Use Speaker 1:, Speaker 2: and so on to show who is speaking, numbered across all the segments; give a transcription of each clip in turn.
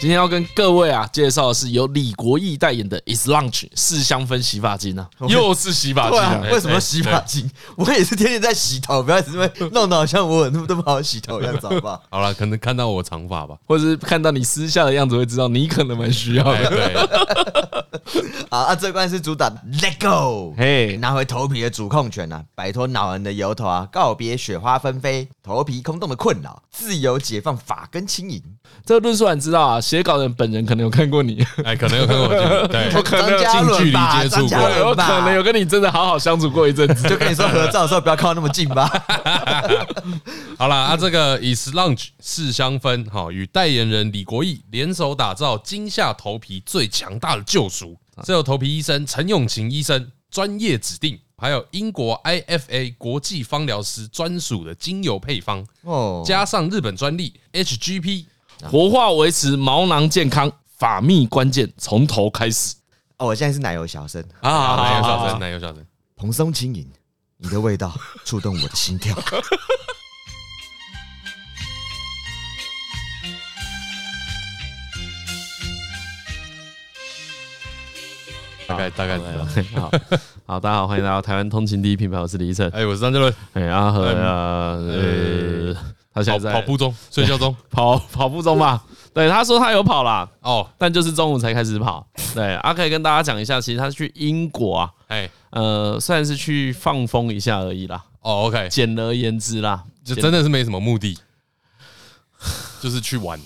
Speaker 1: 今天要跟各位啊介绍的是由李国义代言的 Is Lunch 四香氛洗发 精啊，
Speaker 2: 又是洗发
Speaker 3: 对
Speaker 2: 精
Speaker 3: 啊，
Speaker 2: 哎
Speaker 3: 为什么
Speaker 2: 哎
Speaker 3: 要洗发
Speaker 2: 对
Speaker 3: 精？我也是天天在洗头，不要一直在那边弄得好像我有那么那么好洗头一样，知 道吧？
Speaker 2: 好了，可能看到我长发吧。
Speaker 1: 或者是看到你私下的样子，会知道你可能蛮需要
Speaker 2: 哎
Speaker 1: 的。
Speaker 2: 对，
Speaker 3: 好啊，这关是主打 Let Go，
Speaker 1: 嘿，
Speaker 3: 拿回头皮的主控权啊，摆脱恼人的油头啊，告别雪花纷飞、头皮空洞的困扰，自由解放发根 轻盈。
Speaker 1: 这个论述俺知道啊，写稿的人本人可能有看过 你，
Speaker 2: 哎，可能有看过我镜头，对，
Speaker 1: 可能
Speaker 3: 张嘉伦吧，
Speaker 2: 近距
Speaker 3: 张
Speaker 2: 离接触
Speaker 3: 嘉
Speaker 2: 过
Speaker 3: 伦
Speaker 1: 哎有
Speaker 3: 吧
Speaker 1: 可能有跟你真的好好相处过一阵 子。
Speaker 3: 就跟你说合照的时候不要靠那么近 吧。
Speaker 2: 好啦，啊，这个 Is Lunch 四香氛哈，与代言人李国义联手打造惊吓头皮最强大的救赎。这有头皮医生陈永晴医生专业指定，还有英国 IFA 国际芳疗师专属的精油配方，
Speaker 3: 哦，
Speaker 2: 加上日本专利 HGP。
Speaker 1: 活化维持毛囊健康，法密关键从头开 始。
Speaker 3: 哦，我现在是奶油小生，
Speaker 2: 啊，奶油小
Speaker 1: 好好
Speaker 2: 生，奶油小生，
Speaker 3: 蓬松轻盈，你的味道触动我的心跳。
Speaker 2: 大概大概知道。
Speaker 1: 哎好好，大家好，欢迎来到台湾通勤第一品牌，我是李依晨。
Speaker 2: 哎，我是张杰伦，
Speaker 1: 哎，阿和啊，呃，他现在
Speaker 2: 跑
Speaker 1: 在
Speaker 2: 跑步 中，睡觉中。
Speaker 1: 跑 跑步中吧？对，他说他有跑啦，
Speaker 2: 哦，
Speaker 1: 但就是中午才开始跑。对，啊，可以跟大家讲一下，其实他去英国啊，
Speaker 2: 哎，
Speaker 1: 呃，算是去放风一下而已啦，
Speaker 2: 哦，OK，
Speaker 1: 简而言之啦，
Speaker 2: 就
Speaker 1: 简
Speaker 2: 真的是没什么目的，就是去玩，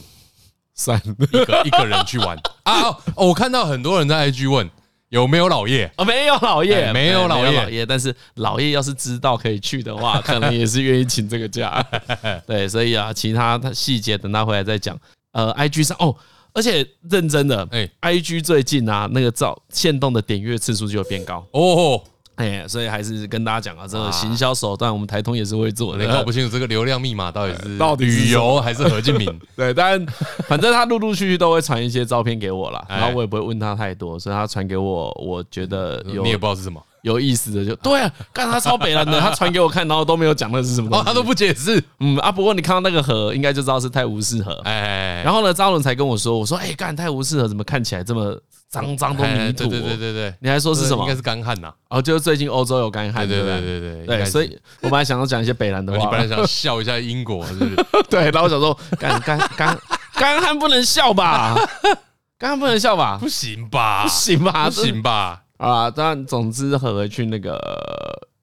Speaker 1: 算
Speaker 2: 一个一个人去玩啊、哦！哦我看到很多人在 IG 问有没有老叶，
Speaker 1: 哦，没有老叶，
Speaker 2: 哎没有老
Speaker 1: 哎
Speaker 2: 叶
Speaker 1: 没老叶，但是老叶要是知道可以去的 话，可能也是愿意请这个假。 对，所以啊，其他他细节等他回来再讲。呃，IG 上哦，而且认真的，哎
Speaker 2: 哎
Speaker 1: ，IG 最近啊，那个照限动的点阅次数就有变高，
Speaker 2: 哦，
Speaker 1: 哎，所以还是跟大家讲啊，这个行销手段，我们台通也是会做
Speaker 2: 我
Speaker 1: 的
Speaker 2: 连。搞不清楚这个流量密码到底是
Speaker 1: 哎到底是
Speaker 2: 旅游还是何敬明
Speaker 1: 对， 但反正他陆陆续续都会传一些照片给我啦，
Speaker 2: 哎
Speaker 1: 然后我也不会问他太多，所以他传给我，我觉得 有
Speaker 2: 嗯你也不知道是什么
Speaker 1: 有意思的就对啊，干他超北蓝 的，他传给我看，然后都没有讲那是什么东
Speaker 2: 哦，
Speaker 1: 西。
Speaker 2: 他都不 解释，
Speaker 1: 嗯啊，不过你看到那个河，应该就知道是泰晤士河。
Speaker 2: 哎，
Speaker 1: 然后呢，张伦才跟我说，我说哎，干泰晤士河怎么看起来这么脏脏都
Speaker 2: 哎
Speaker 1: 泥土
Speaker 2: 对？对对对对，
Speaker 1: 你还说是什么
Speaker 2: 应该？是干旱呐，
Speaker 1: 哦，就是最近欧洲有干旱，
Speaker 2: 对对
Speaker 1: 不
Speaker 2: 对对对应
Speaker 1: 对，
Speaker 2: 该是哦
Speaker 1: 所以我本来想要讲一些北蓝的
Speaker 2: 你
Speaker 1: 话
Speaker 2: 本，来想笑一下英国是不 是？
Speaker 1: 对，然后我想说干干干干旱不能笑吧， 干旱不能笑吧，
Speaker 2: 不行吧？
Speaker 1: 不行吧，
Speaker 2: 不行吧？
Speaker 1: 啊！当然，总之和回去那个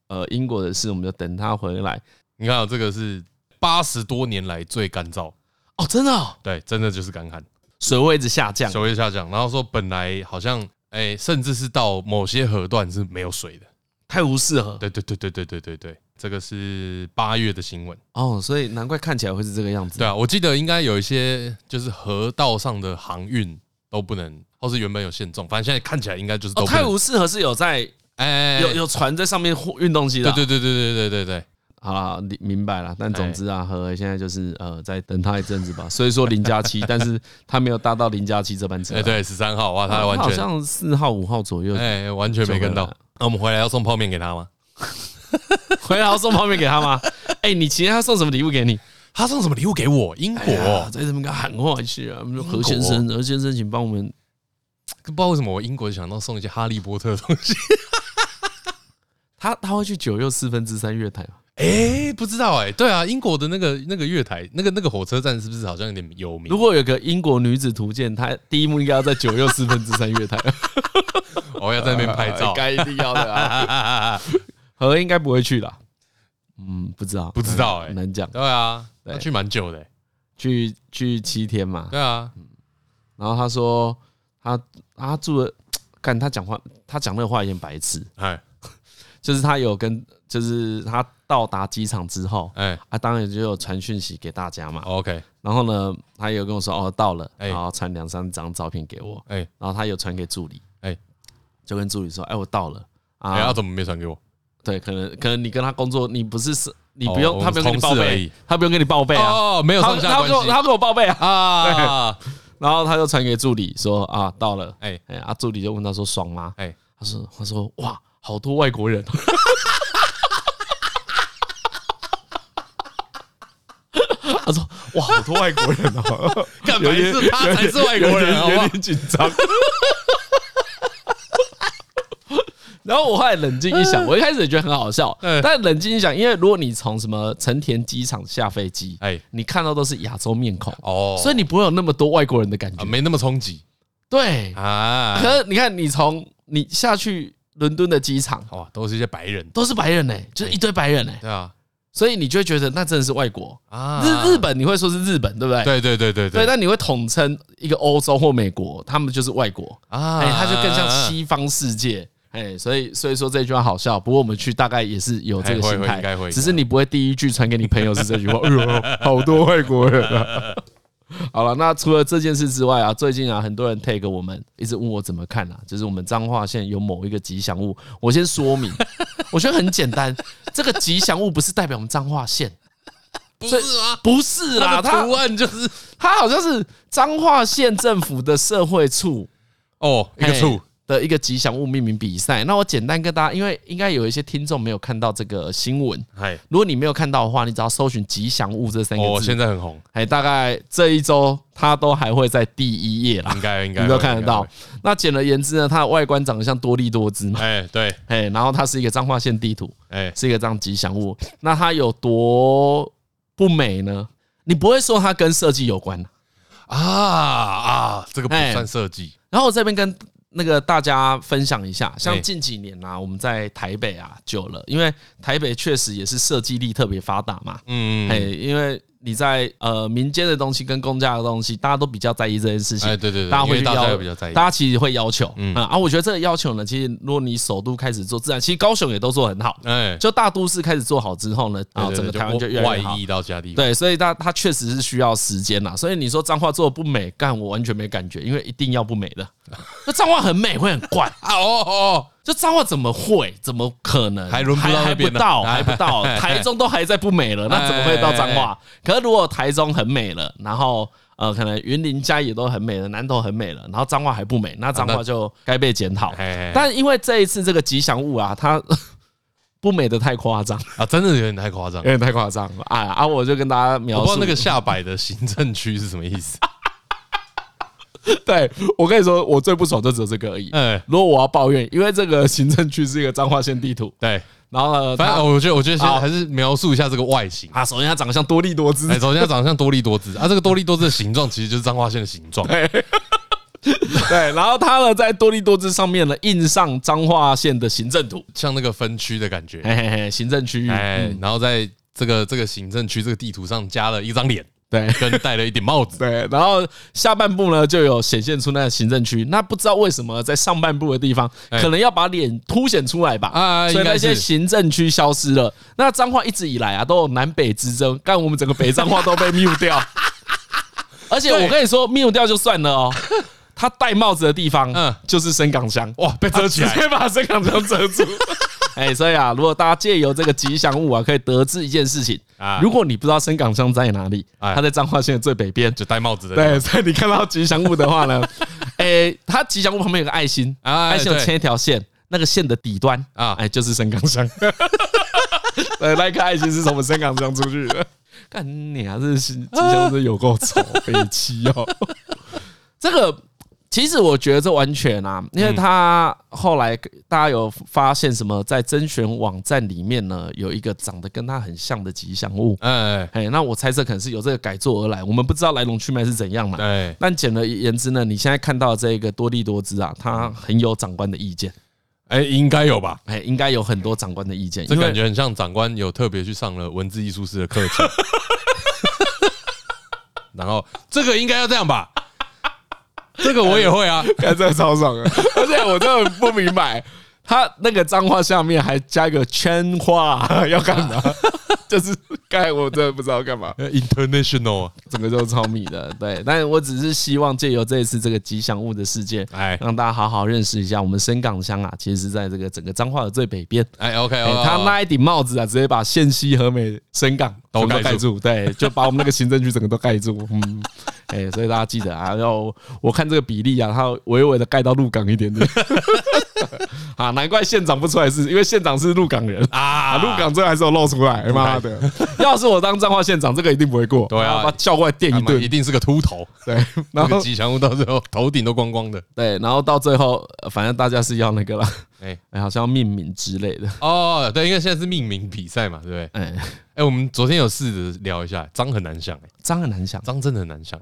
Speaker 1: 呃英国的事，我们就等他回来。
Speaker 2: 你看哦这个是八十多年来最干燥，
Speaker 1: 哦，真的哦，
Speaker 2: 对，真的就是干旱。
Speaker 1: 水位一直下降
Speaker 2: 小。微下降，然后说本来好像哎、甚至是到某些河段是没有水的。
Speaker 1: 泰晤士河。
Speaker 2: 对对对对对对对对，这个是八月的新闻。
Speaker 1: 哦，所以难怪看起来会是这个样子。
Speaker 2: 对啊，我记得应该有一些就是河道上的航运都不能，或是原本有限重，反正现在看起来应该就是都
Speaker 1: 哦，
Speaker 2: 不
Speaker 1: 泰
Speaker 2: 能。
Speaker 1: 晤士河是有在
Speaker 2: 哎、哎哎
Speaker 1: 有啊有船在上面运动机的、
Speaker 2: 对对哎对对对对对对，
Speaker 1: 好啦，你明白了。但总之啊，何现在就是呃，再等他一阵子吧。虽说零加 七，但是他没有搭到零加七这班车、啊
Speaker 2: 哎、对十三号哇，他完
Speaker 1: 好
Speaker 2: 全
Speaker 1: 像四号五号左右、
Speaker 2: 哎、完全没跟到
Speaker 1: 就回来。
Speaker 2: 那、我们回来要送泡面给他吗？
Speaker 1: 回来要送泡面给他吗？ 哎、你请他送什么礼物给你？
Speaker 2: 他送什么礼物给我？英国、
Speaker 1: 哇，在这边给他喊话一下，我们说何先生，何先生，请帮我们。
Speaker 2: 不知道为什么我英国想到送一些哈利波特的东西。
Speaker 1: 他他会去九又四分之三月台吗？
Speaker 2: 哎、不知道哎、对啊，英国的那个那个月台，那个那个火车站是不是好像有点有名
Speaker 1: 如？果有个英国女子图鉴，她第一幕应该要在九又四分之三 月台。
Speaker 2: 我、哦要在那边拍照。
Speaker 1: 该一定要的 啊。
Speaker 2: 啊
Speaker 1: 何应该不会去啦。嗯，不知道，
Speaker 2: 不知道哎
Speaker 1: 难讲。
Speaker 2: 对啊，
Speaker 1: 对
Speaker 2: 那去蛮久的、欸。
Speaker 1: 去去七天嘛，
Speaker 2: 对啊，
Speaker 1: 嗯然后他说他他住的，看他讲话，他讲那个话有点白痴，
Speaker 2: 哎
Speaker 1: 就是他有跟，就是他到达机场之后。
Speaker 2: 哎
Speaker 1: 啊，当然就有传讯息给大家嘛。
Speaker 2: ，OK，
Speaker 1: 然后呢，他有跟我说哦到了，
Speaker 2: 哎
Speaker 1: 然后传两三张照片给我，
Speaker 2: 哎
Speaker 1: 然后他有传给助理，
Speaker 2: 哎
Speaker 1: 就跟助理说，哎我到了
Speaker 2: 哎，他
Speaker 1: 啊，
Speaker 2: 怎么没传给我？
Speaker 1: 对，可能可能你跟他工作，你不是是，你不
Speaker 2: 哦
Speaker 1: 用
Speaker 2: 我
Speaker 1: 他不用跟你
Speaker 2: 同事
Speaker 1: 报
Speaker 2: 而
Speaker 1: 备
Speaker 2: 已，
Speaker 1: 他不用跟你报备啊，
Speaker 2: 哦，没有
Speaker 1: 他
Speaker 2: 上下
Speaker 1: 他
Speaker 2: 关
Speaker 1: 跟我
Speaker 2: 系
Speaker 1: 他跟我报备啊，
Speaker 2: 啊。
Speaker 1: 然后他就传给助理说啊到了，
Speaker 2: 哎
Speaker 1: 哎啊助理就问他说爽吗？
Speaker 2: 哎，
Speaker 1: 他说他说哇好多外国人， 他说：“哇，好多外国人 哦，
Speaker 2: 干
Speaker 1: 有
Speaker 2: 白
Speaker 1: 点
Speaker 2: 痴，他才是外国人，好
Speaker 1: 有
Speaker 2: 不好
Speaker 1: 点？紧张。 然后我后来冷静一想，我一开始也觉得很好 笑，
Speaker 2: 嗯
Speaker 1: 但冷静一想，因为如果你从什么成田机场下飞机，
Speaker 2: 哎，
Speaker 1: 你看到都是亚洲面孔，
Speaker 2: 哦，
Speaker 1: 所以你不会有那么多外国人的感
Speaker 2: 啊
Speaker 1: 觉。
Speaker 2: 没那么冲击
Speaker 1: 对，
Speaker 2: 啊，
Speaker 1: 可是你看，你从你下去伦敦的机场，
Speaker 2: 哇，都是一些白人，
Speaker 1: 都是白人呢、就是一堆白人呢、欸
Speaker 2: 对啊，
Speaker 1: 所以你就会觉得那真的是外国。
Speaker 2: 啊，
Speaker 1: 日日，本你会说是日本，对不对？
Speaker 2: 对对对对
Speaker 1: 对，，但你会统称一个欧洲或美国，他们就是外国，
Speaker 2: 啊
Speaker 1: 哎，它就更像，西方世界。哎，所以所以说这句话好笑，不过我们去大概也是有这个
Speaker 2: 哎会
Speaker 1: 心
Speaker 2: 会
Speaker 1: 态，
Speaker 2: 应该会
Speaker 1: 只是你不会第一句传给你朋友是这句话， 哎呦，好多外国人啊！ 好了，那除了这件事之外啊，最近啊，很多人 take 我们，一直问我怎么看啊，就是我们彰化县有某一个吉祥物，我先说 明，我觉得很简单，这个吉祥物不是代表我们彰化县，
Speaker 2: 不是吗？
Speaker 1: 不是啊啦，
Speaker 2: 它
Speaker 1: 它
Speaker 2: 的图案就是
Speaker 1: 它好像是彰化县政府的社会处
Speaker 2: 哦，一个
Speaker 1: 嘿
Speaker 2: 醋，
Speaker 1: 的一个吉祥物命名比赛。那我简单跟大家，因为应该有一些听众没有看到这个新闻，
Speaker 2: 哎，
Speaker 1: 如果你没有看到的话，你只要搜寻“吉祥物”这三
Speaker 2: 哦，
Speaker 1: 个字
Speaker 2: 现，在很红，
Speaker 1: 哎，大概这一周它都还会在第一页啦
Speaker 2: 应。该 应该
Speaker 1: 你都
Speaker 2: 会
Speaker 1: 看得到，。那简而言之呢，它的外观长得像多利多姿
Speaker 2: 应该
Speaker 1: 嘛，
Speaker 2: 会哎，对，
Speaker 1: 哎，然后它是一个彰化县地图，
Speaker 2: 哎，
Speaker 1: 是一个这样吉祥物。那它有多不美呢？你不会说它跟设计有关啊
Speaker 2: 啊啊，这个不
Speaker 1: 哎
Speaker 2: 算设计，
Speaker 1: 然后我这边跟那个大家分享一下，
Speaker 2: 哎
Speaker 1: 像近几年啊，我们在台北啊久了，因为台北确实也是设计力特别发达嘛，
Speaker 2: 嗯，
Speaker 1: 哎，因为你在呃民间的东西跟公家的东西，大家都比较在意这件事情
Speaker 2: 哎，，对对对，
Speaker 1: 大家会
Speaker 2: 因为
Speaker 1: 去
Speaker 2: 大家
Speaker 1: 要
Speaker 2: 会比较在意，
Speaker 1: 大家其实会要求，
Speaker 2: 嗯
Speaker 1: 嗯啊，我觉得这个要求呢，其实如果你首都开始做自然，其实高雄也都做得很好，
Speaker 2: 哎，
Speaker 1: 就大都市开始做好之后呢，啊，
Speaker 2: 对对
Speaker 1: 整个
Speaker 2: 对
Speaker 1: 台湾
Speaker 2: 就
Speaker 1: 就越来越
Speaker 2: 外
Speaker 1: 好。
Speaker 2: 溢到其他地方，
Speaker 1: 对，所以它它确实是需要时间啦。所以你说脏话做的不美，干我完全没感觉，因为一定要不美的。 那脏话很美会很怪，
Speaker 2: 啊哦哦，
Speaker 1: 就脏话怎么会？怎么可能？
Speaker 2: 还轮不
Speaker 1: 还
Speaker 2: 到那
Speaker 1: 还
Speaker 2: 边
Speaker 1: 不
Speaker 2: 呢
Speaker 1: 到，还不 到，台中都还在不美了，那怎么会到脏话？
Speaker 2: 哎
Speaker 1: 可是如果台中很美了，然后呃，可能云林嘉义也都很美了，南投很美了，然后脏话还不美，那脏
Speaker 2: 啊
Speaker 1: 话
Speaker 2: 那
Speaker 1: 就该被检讨。
Speaker 2: 哎，但
Speaker 1: 但因为这一次这个吉祥物啊，它 不美的太夸张，
Speaker 2: 啊，真的有点太夸张
Speaker 1: 有。点太夸张了啊啊！我就跟大家
Speaker 2: 我
Speaker 1: 描
Speaker 2: 不知道
Speaker 1: 述
Speaker 2: 那个下摆的行政区是什么意 思。
Speaker 1: 对我跟你说，我最不爽就只有这个而已。
Speaker 2: 哎，
Speaker 1: 如果我要抱怨，因为这个行政区是一个彰化县地图，
Speaker 2: 对，
Speaker 1: 然后呢，
Speaker 2: 反正
Speaker 1: 它
Speaker 2: 哦我觉得，我觉得先
Speaker 1: 好
Speaker 2: 还是描述一下这个外形。
Speaker 1: 啊，首先它长得像多利多姿
Speaker 2: 哎，，首先它长得像多利多姿啊，这个多利多姿的形状其实就是彰化县的形状。
Speaker 1: 对，然后它呢在多利多姿上面呢印上彰化县的行政图，
Speaker 2: 像那个分区的感觉，
Speaker 1: 嘿嘿嘿，行政区域，
Speaker 2: 哎
Speaker 1: 嗯，
Speaker 2: 然后在这个这个行政区这个地图上加了一 张脸，
Speaker 1: 对。
Speaker 2: 跟戴了一顶帽子，
Speaker 1: 对，然后下半部呢就有显现出那个行政区，那不知道为什么在上半部的地方，
Speaker 2: 哎
Speaker 1: 可能要把脸凸显出来吧，
Speaker 2: 啊
Speaker 1: 所
Speaker 2: 应
Speaker 1: 以
Speaker 2: 该
Speaker 1: 那
Speaker 2: 是
Speaker 1: 些行政区消失了。那彰化一直以来啊都有南北之争，但我们整个北彰化都被 mute 掉， 而且我跟你说 mute 掉就算了哦，他戴帽子的地方，
Speaker 2: 嗯
Speaker 1: 嗯，就是深港乡，
Speaker 2: 哇，被遮起
Speaker 1: 直
Speaker 2: 来，
Speaker 1: 接把深港乡 遮住。 哎，所以啊，如果大家借由这个吉祥物啊，可以得知一件事情
Speaker 2: 啊
Speaker 1: 如果你不知道深港乡在哪里，
Speaker 2: 哎
Speaker 1: 它在彰化县的最北边，
Speaker 2: 就戴帽子的，
Speaker 1: 对，，所以你看到吉祥物的话 呢，诶，它吉祥物旁边有个爱心，
Speaker 2: 哎
Speaker 1: 爱心有
Speaker 2: 对
Speaker 1: 牵一条线，那个线的底端
Speaker 2: 啊
Speaker 1: 啊，哎，就是深港乡。 对，那一颗爱心是从我们深港乡出去的。干你啊，这是吉祥物有够丑，北七哦。 这个其实我觉得这完全啊，因为他后来大家有发现什么，在甄选网站里面呢，有一个长得跟他很像的吉祥物。
Speaker 2: 哎
Speaker 1: 哎，那我猜测可能是有这个改作而来，我们不知道来龙去脉是怎样嘛。
Speaker 2: 哎，
Speaker 1: 但简而言之呢，你现在看到这个多利多姿啊，他很有长官的意见，
Speaker 2: 哎，应该有吧？
Speaker 1: 哎，应该有很多长官的意见，
Speaker 2: 这
Speaker 1: 因为
Speaker 2: 感觉很像长官有特别去上了文字艺术师的课 程，然后这个应该要这样吧？这个我也会 啊，
Speaker 1: 看这个超爽的， 而且我真的不明白，他那个脏话下面还加一个圈话要干嘛？ 就是该我真的不知道干嘛，
Speaker 2: 呃 international，啊
Speaker 1: 整个就超米的，对。但我只是希望借由这一次这个吉祥物的事件，
Speaker 2: 哎
Speaker 1: 让大家好好认识一下我们深港乡啊，其实是在这个整个彰化的最北边。
Speaker 2: 哎，OK，
Speaker 1: 哎、他那一顶帽子啊，直接把县西和美深港
Speaker 2: 都
Speaker 1: 全部
Speaker 2: 盖
Speaker 1: 盖住，对，就把我们那个行政区整个都盖住。嗯，哎、所以大家记得啊，要我看这个比例啊，它微微的盖到鹿港一点点。 啊，难怪县长不出来是，因为县长是鹿港人啊，
Speaker 2: 啊
Speaker 1: 鹿港最后还是有露出来，哎妈的！ 要是我当彰化县长，这个一定不会过，
Speaker 2: 对啊
Speaker 1: 然后把他叫过来电一
Speaker 2: 干嘛一
Speaker 1: 顿，
Speaker 2: 定是个秃头，
Speaker 1: 对，然
Speaker 2: 那个
Speaker 1: 后
Speaker 2: 吉祥物到最后头顶都光光的。
Speaker 1: 对，然后到最后，呃反正大家是要那个啦，
Speaker 2: 哎，
Speaker 1: 哎，好像要命名之类的，
Speaker 2: 哦，对，因为现在是命名比赛嘛，对不对？
Speaker 1: 哎，
Speaker 2: 哎，我们昨天有试着聊一下，章很难想，哎，
Speaker 1: 脏很难想，
Speaker 2: 章真的很难想，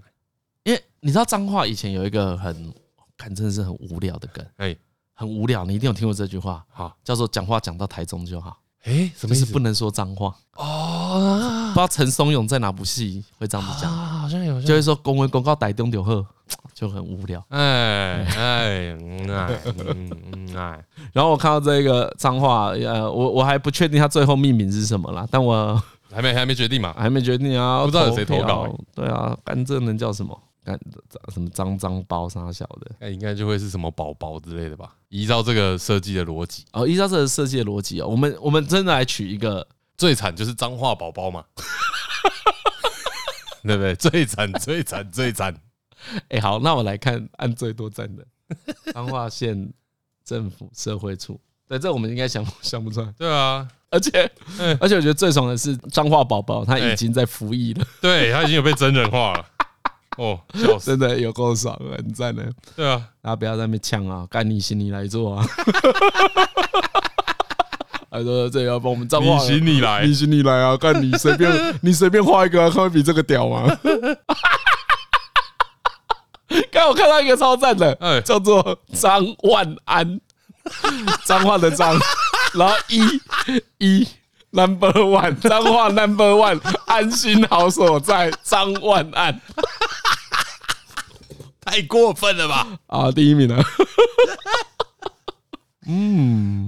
Speaker 1: 因为你知道脏话以前有一个很，看真的是很无聊的梗，
Speaker 2: 哎，
Speaker 1: 很无聊，你一定有听过这句话，
Speaker 2: 好，
Speaker 1: 叫做讲话讲到台中就好，
Speaker 2: 哎，什
Speaker 1: 就
Speaker 2: 么意
Speaker 1: 是
Speaker 2: 思？
Speaker 1: 不能说脏话。不
Speaker 2: 哦
Speaker 1: 知道陈松勇在哪部戏会这样子
Speaker 2: 啊，
Speaker 1: 讲，
Speaker 2: 好像有，
Speaker 1: 就
Speaker 2: 就
Speaker 1: 会说公文公告台中就好，就很无聊。
Speaker 2: 哎哎嗯哎嗯嗯哎，
Speaker 1: 然后我看到这个脏话，呃，我我还不确定他最后命名是什么啦，但我
Speaker 2: 还没还没决定嘛？
Speaker 1: 还没决定啊，
Speaker 2: 不知道有谁投
Speaker 1: 投
Speaker 2: 稿
Speaker 1: 票。对啊，干这能叫什么？干什么脏脏包啥小的？
Speaker 2: 那应该就会是什么宝宝之类的吧？依照这个设计的逻辑，
Speaker 1: 哦，依照这个设计的逻辑哦，我们我们真的来取一个
Speaker 2: 最惨就是脏话宝宝嘛，对不对？最惨最惨最惨，
Speaker 1: 哎、好，那我来看按最多赞的 彰化县政府社会处。对，这我们应该想不想不出来。
Speaker 2: 对啊，
Speaker 1: 而且，
Speaker 2: 嗯
Speaker 1: 而且我觉得最爽的是彰化宝宝，他
Speaker 2: 哎
Speaker 1: 已经在服役了，
Speaker 2: 对他已经有被真人化了，哦，笑死，
Speaker 1: 真的有够爽，很赞的。
Speaker 2: 对啊，
Speaker 1: 大家不要在那边呛啊，干你行你来做啊。 他说：“这个要帮我们彰化
Speaker 2: 你
Speaker 1: 了，
Speaker 2: 行你来
Speaker 1: 你，行你来啊，干你随便 你随便画一个、啊，看会比这个屌吗？” 刚我看到一个超赞的，
Speaker 2: 哎
Speaker 1: 叫做张万安，张化的 张，然后一一 number one，张化 number one，安心好所在，张万安
Speaker 2: 太过分了吧？
Speaker 1: 啊，第一名了。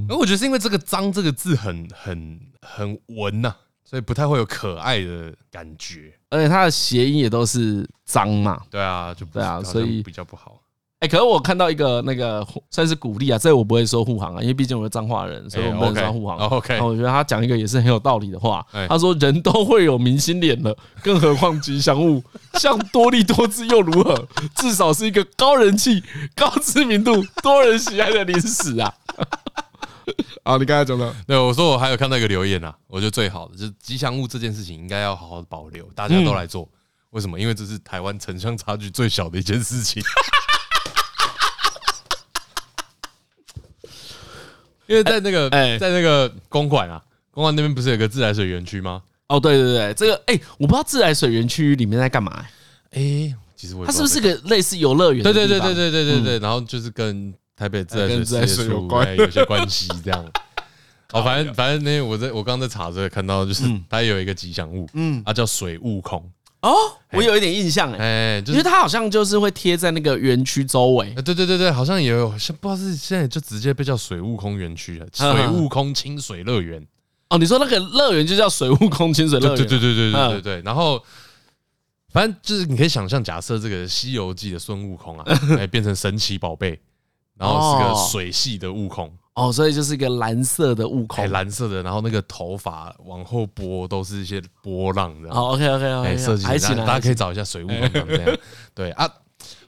Speaker 2: 而我觉得是因为这个“脏”这个字很很很文呐、所以不太会有可爱的感觉。
Speaker 1: 而且它的谐音也都是脏嘛。
Speaker 2: 对啊，就不
Speaker 1: 对啊
Speaker 2: 好像
Speaker 1: 所以
Speaker 2: 比较不好。
Speaker 1: 哎、可是我看到一个那个算是鼓励啊，这个我不会说护航啊，因为毕竟我是彰化人，所以
Speaker 2: 哎
Speaker 1: 我不能说护航。
Speaker 2: OK，哦，OK
Speaker 1: 然后我觉得他讲一个也是很有道理的话
Speaker 2: 哎，
Speaker 1: 他说人都会有明星脸了， 更何况吉祥物，像多利多姿又如何？ 至少是一个高人气、 高知名度、多人喜爱的零食 啊！啊，你刚才讲的，
Speaker 2: 对，我说我还有看到一个留言啊，我觉得最好的就是吉祥物这件事情应该要好好地保留，大家都来做。为什么？因为这是台湾城乡差距最小的一件事情。 因为在那个，
Speaker 1: 哎哎
Speaker 2: 在那个公馆啊，公馆那边不是有个自来水园区吗？
Speaker 1: 哦，对对对，这个哎、我不知道自来水园区里面在干嘛、哎
Speaker 2: 哎、其实我也
Speaker 1: 它
Speaker 2: 知
Speaker 1: 是
Speaker 2: 道
Speaker 1: 不是个类似游乐园？
Speaker 2: 对对对对。对对对对，然后就是跟台北自来水
Speaker 1: 嗯跟自来水
Speaker 2: 事业处
Speaker 1: 有关
Speaker 2: 哎有些关系 这样。哦，反正反正那我在我刚刚在查的时候看到，就是
Speaker 1: 嗯
Speaker 2: 它有一个吉祥物，嗯，它叫水悟空，
Speaker 1: 哦，我有一点印象哎、
Speaker 2: 哎，就
Speaker 1: 因为
Speaker 2: 是
Speaker 1: 它好像就是呃会贴在那个园区周围
Speaker 2: 哎，对对对对，好像也有，像不知道是现在就直接被叫水悟空园区了，水悟空清水乐园，
Speaker 1: 哦，你说那个乐园就叫水务空清水乐园？
Speaker 2: 对对对对对对
Speaker 1: 嗯
Speaker 2: 对对，然后。反正就是你可以想象，假设这个《西游记》的孙悟空啊， 哎，变成神奇宝贝，然后是
Speaker 1: 哦
Speaker 2: 个水系的悟空，
Speaker 1: 哦，所以就是一个蓝色的悟空
Speaker 2: 哎，。蓝色的，然后那个头发往后拨都是一些波浪的，
Speaker 1: 哦，OK OK
Speaker 2: 哎，设
Speaker 1: OK，
Speaker 2: 计
Speaker 1: 还
Speaker 2: 师
Speaker 1: 行
Speaker 2: 大
Speaker 1: 啊，
Speaker 2: 大家可
Speaker 1: 以
Speaker 2: 以找一下水雾刚刚这样，对啊，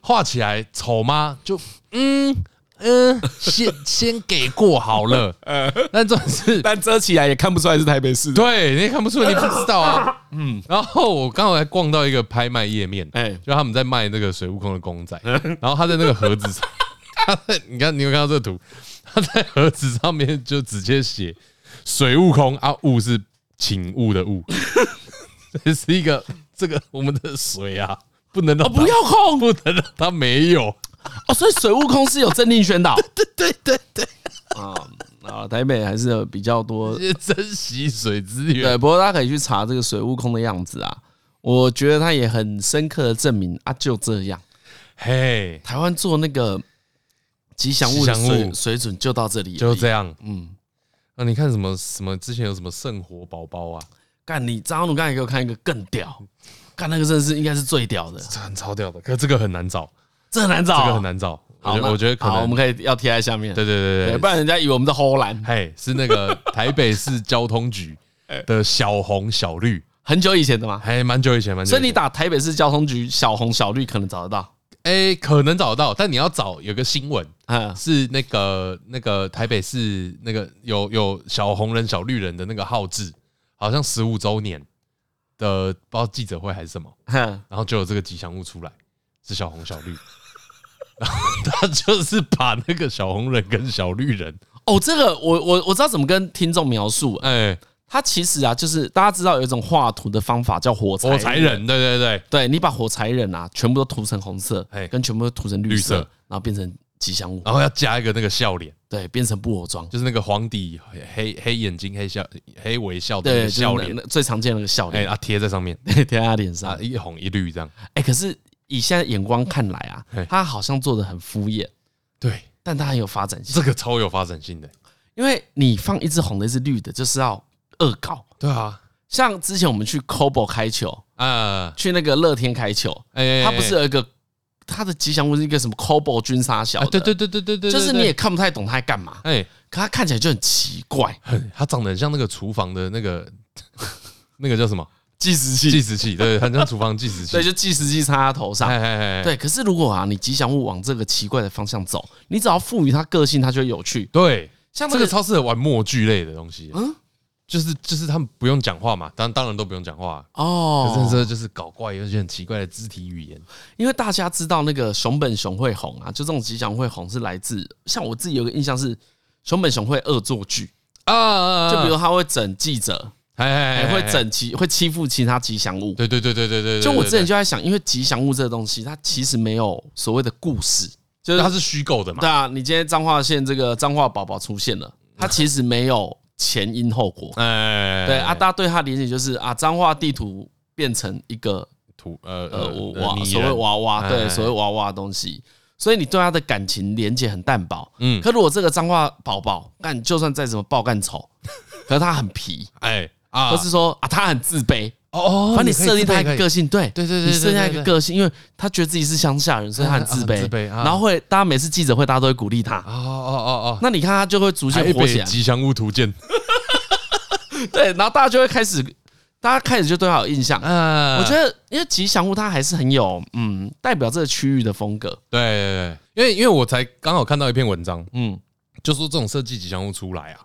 Speaker 2: 画起来丑吗？就嗯嗯，先先给过好 了，
Speaker 1: 嗯
Speaker 2: 但重点是。
Speaker 1: 但遮起来也看不出来是台北 市。，
Speaker 2: 对，你也看不出来，你不知道啊。 嗯，然后我刚好还逛到一个拍卖页面，
Speaker 1: 哎，
Speaker 2: 就他们在卖那个水悟空的公仔，然后他在那个盒子上， 他在你看你有看到这个图，他在盒子上面就直接写“水悟空”啊，“悟”是请勿的“悟”，这是一个这个我们的水啊，不能让它、
Speaker 1: 不要控
Speaker 2: 不能让它没有，
Speaker 1: 哦，所以水务空是有政令宣导。 对对对对。 啊啊，台北还是有比较多
Speaker 2: 也珍惜水资
Speaker 1: 对，
Speaker 2: 源。
Speaker 1: 不过大家可以去查这个水务空的样子啊，我觉得它也很深刻的证明啊，就这样，
Speaker 2: 嘿，
Speaker 1: 台湾做那个吉祥物的
Speaker 2: 吉祥物
Speaker 1: 水水准就到这里而已，
Speaker 2: 就这样，嗯。那、你看什么什么？之前有什么圣火宝宝啊？
Speaker 1: 干你张鲁刚才给我看一个更屌，干那个真的是应该是最屌的，
Speaker 2: 这很超屌的，可这个很难找，
Speaker 1: 这很难找、
Speaker 2: 这个很。难找。
Speaker 1: 哦
Speaker 2: 我
Speaker 1: 好，
Speaker 2: 觉得
Speaker 1: 那
Speaker 2: 我觉得可
Speaker 1: 好，我
Speaker 2: 能
Speaker 1: 们可以要贴在下面，
Speaker 2: 对对对
Speaker 1: 对，
Speaker 2: 对
Speaker 1: 不
Speaker 2: 对，
Speaker 1: 然人家以为我们在偷懒。
Speaker 2: 嘿，是那个台北市交通 局
Speaker 1: 哎
Speaker 2: 的小红小绿，
Speaker 1: 很久以前的嘛，
Speaker 2: 还蛮久以前，蛮久以
Speaker 1: 所
Speaker 2: 前。
Speaker 1: 以你打台北市交通局小红小绿可能找得到。
Speaker 2: 哎，可能找得到，但你要找有个新闻
Speaker 1: 啊，
Speaker 2: 是那个那个台北市那个有有小红人小绿人的那个号志，好像十五周年的，不知道记者会还是什么，
Speaker 1: 哼
Speaker 2: 然后就有这个吉祥物出来，是小红小绿， 然后他就是把那个小红人跟小绿人，
Speaker 1: 哦，这个我我我知道怎么跟听众描述、啊，
Speaker 2: 哎，
Speaker 1: 它其实啊，就是大家知道有一种画图的方法叫火柴
Speaker 2: 火柴人，对对对，
Speaker 1: 对你把火柴人啊，全部都涂成红色
Speaker 2: 嘿，
Speaker 1: 跟全部都涂成绿
Speaker 2: 哎绿
Speaker 1: 色
Speaker 2: 色，
Speaker 1: 然后变成吉祥物，
Speaker 2: 然后要加一个那个笑脸，
Speaker 1: 对，变成布偶装，
Speaker 2: 就是那个黄底黑黑黑眼睛黑笑黑微笑的那
Speaker 1: 对，
Speaker 2: 个
Speaker 1: 就是
Speaker 2: 笑
Speaker 1: 那
Speaker 2: 脸，
Speaker 1: 那最常见的那个笑
Speaker 2: 哎
Speaker 1: 脸，
Speaker 2: 啊贴在上面
Speaker 1: 贴在他脸上
Speaker 2: 啊。一红一绿这样，
Speaker 1: 哎，可是以现在眼光看来啊
Speaker 2: 嘿，
Speaker 1: 他好像做的很敷衍，
Speaker 2: 对，
Speaker 1: 但他很有发展性
Speaker 2: 这，个超有发展性的，
Speaker 1: 因为你放一只红的，一只绿的，就是要恶搞。
Speaker 2: 对啊，
Speaker 1: 像之前我们去 Cobo 开球，
Speaker 2: 啊，
Speaker 1: 去那个乐天开球，
Speaker 2: 哎，
Speaker 1: 它不是有一个它的吉祥物是一个什么 Cobo 军杀小
Speaker 2: 啊，
Speaker 1: 的，
Speaker 2: 对对对对对对，
Speaker 1: 就是
Speaker 2: 对
Speaker 1: 你也，看不太懂它在干嘛，
Speaker 2: 对哎，
Speaker 1: 可它看起来就很奇怪。
Speaker 2: 很他长得很像那个厨房的那个 那个叫什么
Speaker 1: 计时
Speaker 2: 计，时器，对，很像厨房计时器
Speaker 1: 对，，就计时器插它头上。
Speaker 2: 哎哎哎，
Speaker 1: 对，可是如果啊，你吉祥物往这个奇怪的方向走，你只要赋予它个性，它就会有趣。
Speaker 2: 对，
Speaker 1: 像
Speaker 2: 这
Speaker 1: 这
Speaker 2: 个
Speaker 1: 个
Speaker 2: 超适合玩默剧类的东西，
Speaker 1: 嗯
Speaker 2: 嗯，就是就是他们不用讲话嘛，当当然都不用讲话，啊可是
Speaker 1: 哦，
Speaker 2: 这就是搞怪，有一些很奇怪的肢体语言，
Speaker 1: 因为大家知道那个熊本熊会红啊，就这种吉祥物会红是来自像我自己有个印象是熊本熊会恶作剧，
Speaker 2: 啊
Speaker 1: 就比如他会整记者，
Speaker 2: 哎哎
Speaker 1: 还
Speaker 2: 哎
Speaker 1: 会，整其会欺负其他吉祥物。
Speaker 2: 对对对对对对，对
Speaker 1: 就我之前
Speaker 2: 对
Speaker 1: 就在想，因为吉祥物这个东西，它其实没有所谓的故事，就
Speaker 2: 对
Speaker 1: 是
Speaker 2: 它是虚构的嘛，
Speaker 1: 对啊，你今天彰化县这个彰化宝宝出现了，
Speaker 2: 嗯
Speaker 1: 它其实没有前因后果。
Speaker 2: 哎，
Speaker 1: 对啊，大家对它的理解就是啊，彰化地图变成一个
Speaker 2: 土呃
Speaker 1: 呃我
Speaker 2: 呃
Speaker 1: 娃
Speaker 2: 拟
Speaker 1: 所谓
Speaker 2: 人
Speaker 1: 娃娃，对
Speaker 2: 哎
Speaker 1: 所谓娃娃的东西，所以你对它的感情连接很淡薄。
Speaker 2: 嗯
Speaker 1: 可如果这个彰化宝宝干，就算再怎么爆干 丑，可是他很皮，
Speaker 2: 哎啊，
Speaker 1: 或是说啊他很自卑，
Speaker 2: 哦
Speaker 1: 反正你设定他一个个性，对
Speaker 2: 对对对
Speaker 1: 你
Speaker 2: 对
Speaker 1: 设定他一
Speaker 2: 对
Speaker 1: 个
Speaker 2: 对
Speaker 1: 个性，因为他觉得自己是乡下人，所以他很
Speaker 2: 啊
Speaker 1: 自
Speaker 2: 很
Speaker 1: 卑，
Speaker 2: 自卑啊
Speaker 1: 然后会大家每次记者会，大家都会鼓励他
Speaker 2: 哦。哦哦哦，
Speaker 1: 那你看他就啊会逐
Speaker 2: 台
Speaker 1: 渐火起
Speaker 2: 北
Speaker 1: 来，
Speaker 2: 吉祥物图鉴，
Speaker 1: 对，然后大家就会开始，大家开始就对他有印象。
Speaker 2: 嗯
Speaker 1: 我觉得，因为吉祥物它还是很有，嗯，代表这个区域的风格，
Speaker 2: 对对对，因为因为我才刚好看到一篇文章，
Speaker 1: 嗯，
Speaker 2: 就说这种设计吉祥物出来啊，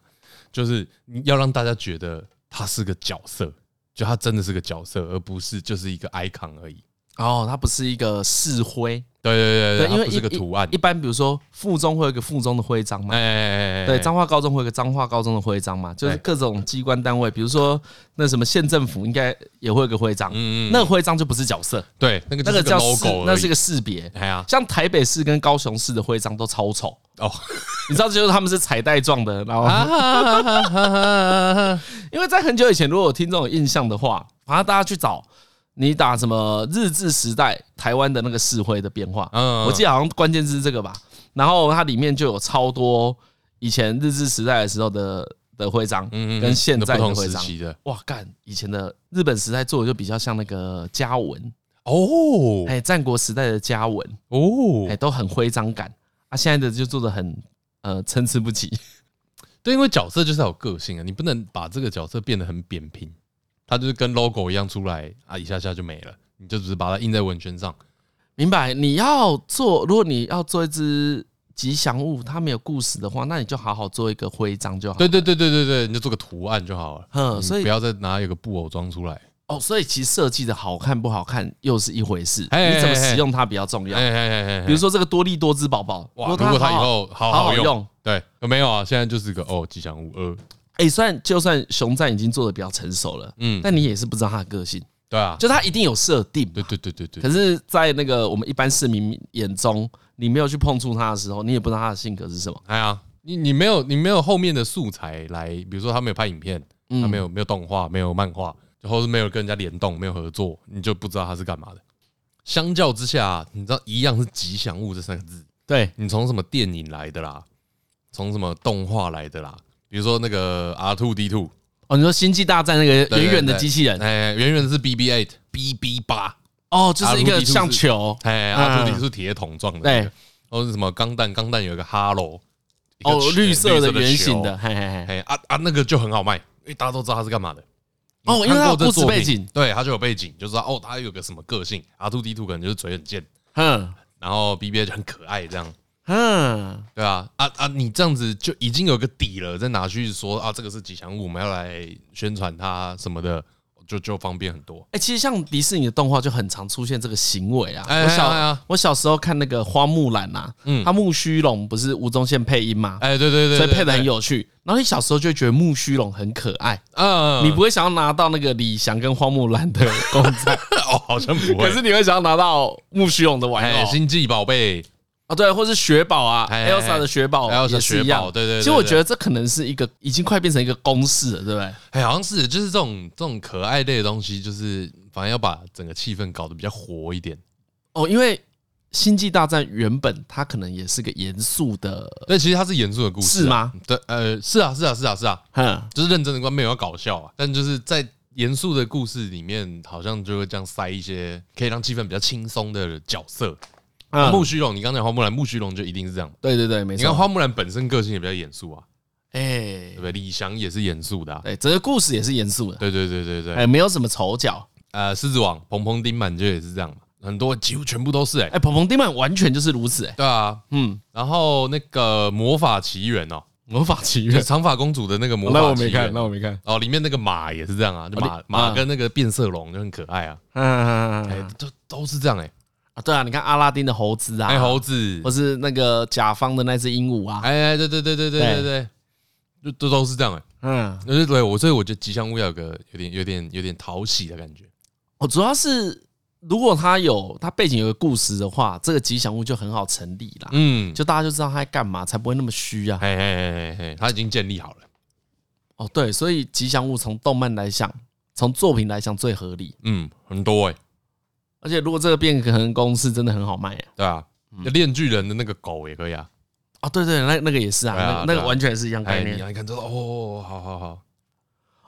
Speaker 2: 就是你要让大家觉得它是个角色，就它真的是个角色，而不是就是一个 icon 而已。
Speaker 1: 哦，它不是一个示徽，
Speaker 2: 对对对
Speaker 1: 对，因为
Speaker 2: 它不
Speaker 1: 一
Speaker 2: 是个图案
Speaker 1: 一。一般比如说附中会有一个附中的徽章嘛
Speaker 2: 哎，哎哎，
Speaker 1: 对，彰化高中会有个彰化高中的徽章嘛，就是
Speaker 2: 对
Speaker 1: 各种机关单位，比如说那什么县政府应该也会有个徽章，
Speaker 2: 嗯
Speaker 1: 那个徽章就不是角色，
Speaker 2: 对那个
Speaker 1: 那
Speaker 2: 个
Speaker 1: 叫识
Speaker 2: logo，，
Speaker 1: 那是一个识别。
Speaker 2: 哎呀
Speaker 1: 像台北市跟高雄市的徽章都超丑，
Speaker 2: 哦
Speaker 1: 你知道，就是他们是彩带状的，然后
Speaker 2: 啊，
Speaker 1: 因为在很久以前，如果有听众有印象的话，反正大家去找你打什么日治时代台湾的那个市徽的变化，
Speaker 2: 嗯
Speaker 1: 我记得好像关键字是这个吧。然后它里面就有超多以前日治时代的时候的的徽章，
Speaker 2: 嗯
Speaker 1: 跟现在的
Speaker 2: 不同
Speaker 1: 徽
Speaker 2: 时
Speaker 1: 章。
Speaker 2: 期的
Speaker 1: 哇，干！以前的日本时代做的就比较像那个家纹，
Speaker 2: 哦
Speaker 1: 哎，战国时代的家纹，哎，
Speaker 2: 哦，
Speaker 1: 都很徽章感啊。现在的就做的很呃参差不齐，
Speaker 2: 对，因为角色就是要有个性啊，你不能把这个角色变得很扁平，它就是跟 logo 一样出来啊，一下下就没了，你就只是把它印在文宣上。
Speaker 1: 明白？你要做，如果你要做一只吉祥物，它没有故事的话，那你就好好做一个徽章就好。
Speaker 2: 对，对对对对对，你就做个图案就好了。
Speaker 1: 嗯，
Speaker 2: 你
Speaker 1: 所以
Speaker 2: 不要再拿有个布偶装出来。
Speaker 1: 哦，所以其实设计的好看不好看又是一回事，
Speaker 2: 哎
Speaker 1: 你怎么
Speaker 2: 哎哎
Speaker 1: 使用它比较重要。
Speaker 2: 哎哎哎哎，
Speaker 1: 比如说这个多利多只宝宝，
Speaker 2: 哇，如果它
Speaker 1: 好
Speaker 2: 以
Speaker 1: 好
Speaker 2: 后好
Speaker 1: 好
Speaker 2: 好
Speaker 1: 用，
Speaker 2: 用，对，有没有啊？现在就是个哦吉祥物呃，
Speaker 1: 哎、虽然就算熊赞已经做的比较成熟了，
Speaker 2: 嗯，
Speaker 1: 但你也是不知道它的个性，
Speaker 2: 对啊，
Speaker 1: 就它一定有设定嘛。
Speaker 2: 对对对对
Speaker 1: 可
Speaker 2: 对，
Speaker 1: 是，在那个我们一般市民眼中，你没有去碰触它的时候，你也不知道它的性格是什么。
Speaker 2: 哎呀，你你没有你没有后面的素材来，比如说他没有拍影片，
Speaker 1: 嗯
Speaker 2: 他没有没有动画，没有漫画，然后是没有跟人家联动，没有合作，你就不知道他是干嘛的。相较之下，你知道一样是吉祥物这三个字，
Speaker 1: 对，
Speaker 2: 你从什么电影来的啦，从什么动画来的啦，比如说那个 R Two D Two。
Speaker 1: 哦，你说《星际大战》那个
Speaker 2: 对
Speaker 1: 远远的机器人，
Speaker 2: 哎，远远的是 BB eight、BB 八，
Speaker 1: 哦，就是一
Speaker 2: 啊
Speaker 1: 个
Speaker 2: ，Ruby
Speaker 1: 像
Speaker 2: 兔是
Speaker 1: 球，
Speaker 2: 哎，
Speaker 1: 啊
Speaker 2: 阿朱迪是铁桶状的，
Speaker 1: 对，，
Speaker 2: 或是什么钢弹，钢弹有一个 Hello，一个
Speaker 1: 哦，
Speaker 2: 球
Speaker 1: 绿色的圆形，
Speaker 2: 绿
Speaker 1: 的，嘿嘿
Speaker 2: 球
Speaker 1: 嘿，
Speaker 2: 哎啊啊，那个就很好卖，因为大家都知道它是干嘛的。
Speaker 1: 哦
Speaker 2: 你
Speaker 1: 因为它
Speaker 2: 看
Speaker 1: 有
Speaker 2: 过这
Speaker 1: 故事
Speaker 2: 作品
Speaker 1: 背景
Speaker 2: 对，它就有背景，就知道哦，它有个什么个性。阿朱迪兔可能就是嘴很贱，
Speaker 1: 哼，
Speaker 2: 然后 B B 就很可爱这样。
Speaker 1: 嗯，
Speaker 2: 对啊，啊啊，你这样子就已经有个底了，再拿去说啊，这个是吉祥物，我们要来宣传它什么的，就就方便很多。
Speaker 1: 哎、其实像迪士尼的动画就很常出现这个行为啊。
Speaker 2: 哎
Speaker 1: 我小、
Speaker 2: 哎哎哎
Speaker 1: 我小时候看那个花木兰呐、啊，
Speaker 2: 嗯
Speaker 1: 他木须龙不是吴宗宪配音嘛，
Speaker 2: 哎，对对对，
Speaker 1: 所以配的很
Speaker 2: 有，
Speaker 1: 有趣。然后你小时候就会觉得木须龙很可爱，
Speaker 2: 嗯，
Speaker 1: 你不会想要拿到那个李翔跟花木兰的公 仔，
Speaker 2: 哦，好像不 会
Speaker 1: 可。是你哦会想要拿到木须龙的玩
Speaker 2: 哎，
Speaker 1: 偶
Speaker 2: 星际宝贝，
Speaker 1: 啊，对，或是雪宝啊
Speaker 2: 哎哎哎
Speaker 1: ，Elsa 的雪宝
Speaker 2: Elsa
Speaker 1: 也是一样
Speaker 2: 雪宝对对对
Speaker 1: 其实我
Speaker 2: 对
Speaker 1: 觉得这可能是一个已经快变成一个公式了，对不对？
Speaker 2: 哎，好像是，就是这种这种可爱类的东西，就是反正要把整个气氛搞得比较活一点。
Speaker 1: 哦，因为《星际大战》原本它可能也是个严肃的，
Speaker 2: 但其实它是严肃的故事、啊
Speaker 1: 是吗？
Speaker 2: 对，呃，是啊，是啊，是啊，是啊，
Speaker 1: 哼，
Speaker 2: 就是认真的观没有要搞笑啊，但就是在严肃的故事里面，好像就会这样塞一些可以让气氛比较轻松的角色。
Speaker 1: 嗯
Speaker 2: 木须龙，你刚才花木兰，木须龙就一定是这样。
Speaker 1: 对对对，没
Speaker 2: 你看花
Speaker 1: 错。
Speaker 2: 木兰本身个性也比较严肃啊，
Speaker 1: 哎
Speaker 2: 对不，对？李翔也是严肃的、啊，
Speaker 1: 对，整个故事也是严肃的，
Speaker 2: 对对对对对。
Speaker 1: 哎哎，没有什么丑角。
Speaker 2: 呃，狮子王、鹏鹏、丁满就也是这样嘛，很多几乎全部都是哎、
Speaker 1: 哎，彭彭丁满完全就是如此。哎，
Speaker 2: 对啊。
Speaker 1: 嗯，
Speaker 2: 然后那个魔法奇缘哦，
Speaker 1: 魔法奇
Speaker 2: 就是
Speaker 1: 缘，
Speaker 2: 长发公主的那个魔
Speaker 1: 哦那
Speaker 2: 法
Speaker 1: 我
Speaker 2: 奇
Speaker 1: 没看，
Speaker 2: 缘
Speaker 1: 那我没看。
Speaker 2: 哦，里面那个马也是这样啊，就马
Speaker 1: 你
Speaker 2: 马
Speaker 1: 嗯
Speaker 2: 跟那个变色龙就很可爱啊。
Speaker 1: 嗯，
Speaker 2: 哎
Speaker 1: 哎，
Speaker 2: 都都是这样哎、
Speaker 1: 啊，对啊，你看阿拉丁的猴子啊，
Speaker 2: 哎，猴，子
Speaker 1: 或，是那个甲方的那只鹦鹉啊，
Speaker 2: 哎哎，对对对对对对
Speaker 1: 对
Speaker 2: 对，就都都是这样哎、
Speaker 1: 嗯，
Speaker 2: 欸。对，我所以我觉得吉祥物要有个有点有点有点讨喜的感觉。
Speaker 1: 哦，主要是如果它有它背景有个故事的话，这个吉祥物就很好成立啦，
Speaker 2: 嗯，
Speaker 1: 就大家就知道它在干嘛，才不会那么虚啊。
Speaker 2: 嘿嘿嘿嘿嘿，它已经建立好了。
Speaker 1: 哦，对，所以吉祥物从动漫来想，从作品来想最合理。
Speaker 2: 嗯，很多哎、
Speaker 1: 而且如果这个变成公式，真的很好卖啊！
Speaker 2: 对啊，就炼巨人的那个狗也可以啊。
Speaker 1: 啊，对对，那那个也是啊，
Speaker 2: 对啊
Speaker 1: 那个那
Speaker 2: 对啊
Speaker 1: 个完全是一样
Speaker 2: 哎，
Speaker 1: 概
Speaker 2: 你
Speaker 1: 念
Speaker 2: 来看这个，哦，好好好，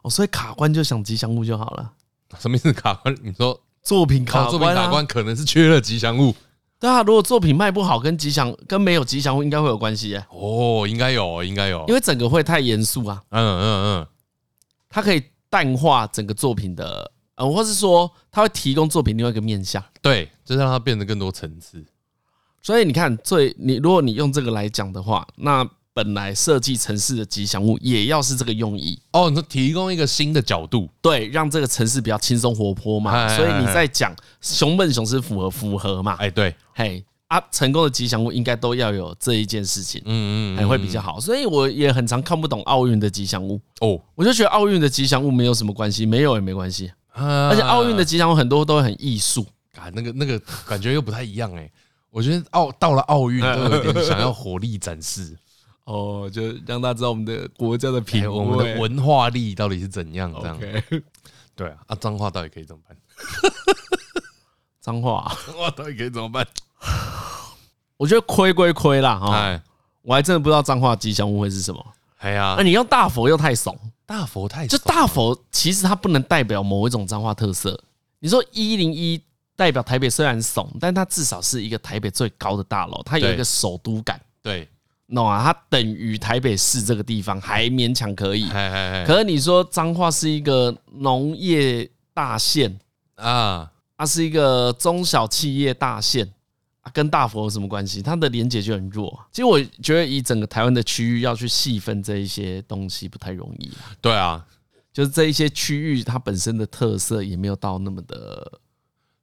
Speaker 1: 哦。所以卡关就想吉祥物就好了，
Speaker 2: 什么意思？卡关？你说
Speaker 1: 作品
Speaker 2: 考
Speaker 1: 卡
Speaker 2: 哦作品
Speaker 1: 关
Speaker 2: 卡
Speaker 1: 啊，
Speaker 2: 关可能是缺了吉祥物
Speaker 1: 对啊。如果作品卖不好，跟吉祥跟没有吉祥物应该会有关系耶，
Speaker 2: 哦，应该有，应该有，
Speaker 1: 因为整个会太严肃啊，
Speaker 2: 嗯嗯
Speaker 1: 它可以淡化整个作品的，呃，或是说它会提供作品另外一个面向。
Speaker 2: 嗯，对，就让它变得更多层次。
Speaker 1: 所以你看，最你如果你用这个来讲的话，那本来设计城市的吉祥物也要是这个用意，
Speaker 2: 哦，你说提供一个新的角度，
Speaker 1: 对，让这个城市比较轻松活泼
Speaker 2: 哎
Speaker 1: 嘛。
Speaker 2: 哎
Speaker 1: 所以你在讲熊本熊是符合符合嘛？
Speaker 2: 哎，对，
Speaker 1: 嘿啊，成功的吉祥物应该都要有这一件事情，
Speaker 2: 嗯嗯，
Speaker 1: 还会比较好。所以我也很常看不懂奥运的吉祥物，
Speaker 2: 哦，
Speaker 1: 我就觉得奥运的吉祥物没有什么关系，没有也没关系。
Speaker 2: 而
Speaker 1: 而且奥运的吉祥物很多都会很艺术，
Speaker 2: 啊，那个那个感觉又不太一样哎、我觉得奥到了 奥运都有点想要活力展示，
Speaker 1: 哦，就让大家知道我们的国家的
Speaker 2: 哎、
Speaker 1: 品味，
Speaker 2: 我们的文化力到底是怎样？这样
Speaker 1: OK，
Speaker 2: 对啊，啊，脏话到底可以怎么 办？
Speaker 1: 脏话啊。
Speaker 2: 脏话到底可以怎么办？
Speaker 1: 我觉得亏归亏啦，哈，
Speaker 2: 哎
Speaker 1: 我还真的不知道脏话吉祥物会是什么。
Speaker 2: 哎呀
Speaker 1: 那，啊你用大佛又太怂，
Speaker 2: 大佛太
Speaker 1: 就
Speaker 2: 爽
Speaker 1: 大佛其实它不能代表某一种脏话特色。你说一零一代表台北虽然怂，但它至少是一个台北最高的大楼，它有
Speaker 2: 对
Speaker 1: 一个首都感，
Speaker 2: 对，
Speaker 1: 你懂吗？它等于台北市这个地方还勉强可以。
Speaker 2: 哎哎哎
Speaker 1: 可是你说彰化是一个农业大县，
Speaker 2: 啊，
Speaker 1: 它是一个中小企业大县。啊跟大佛有什么关系？它的连接就很弱。其实我觉得以整个台湾的区域要去细分这一些东西不太容易啊、
Speaker 2: 对啊，
Speaker 1: 就是这一些区域它本身的特色也没有到那么的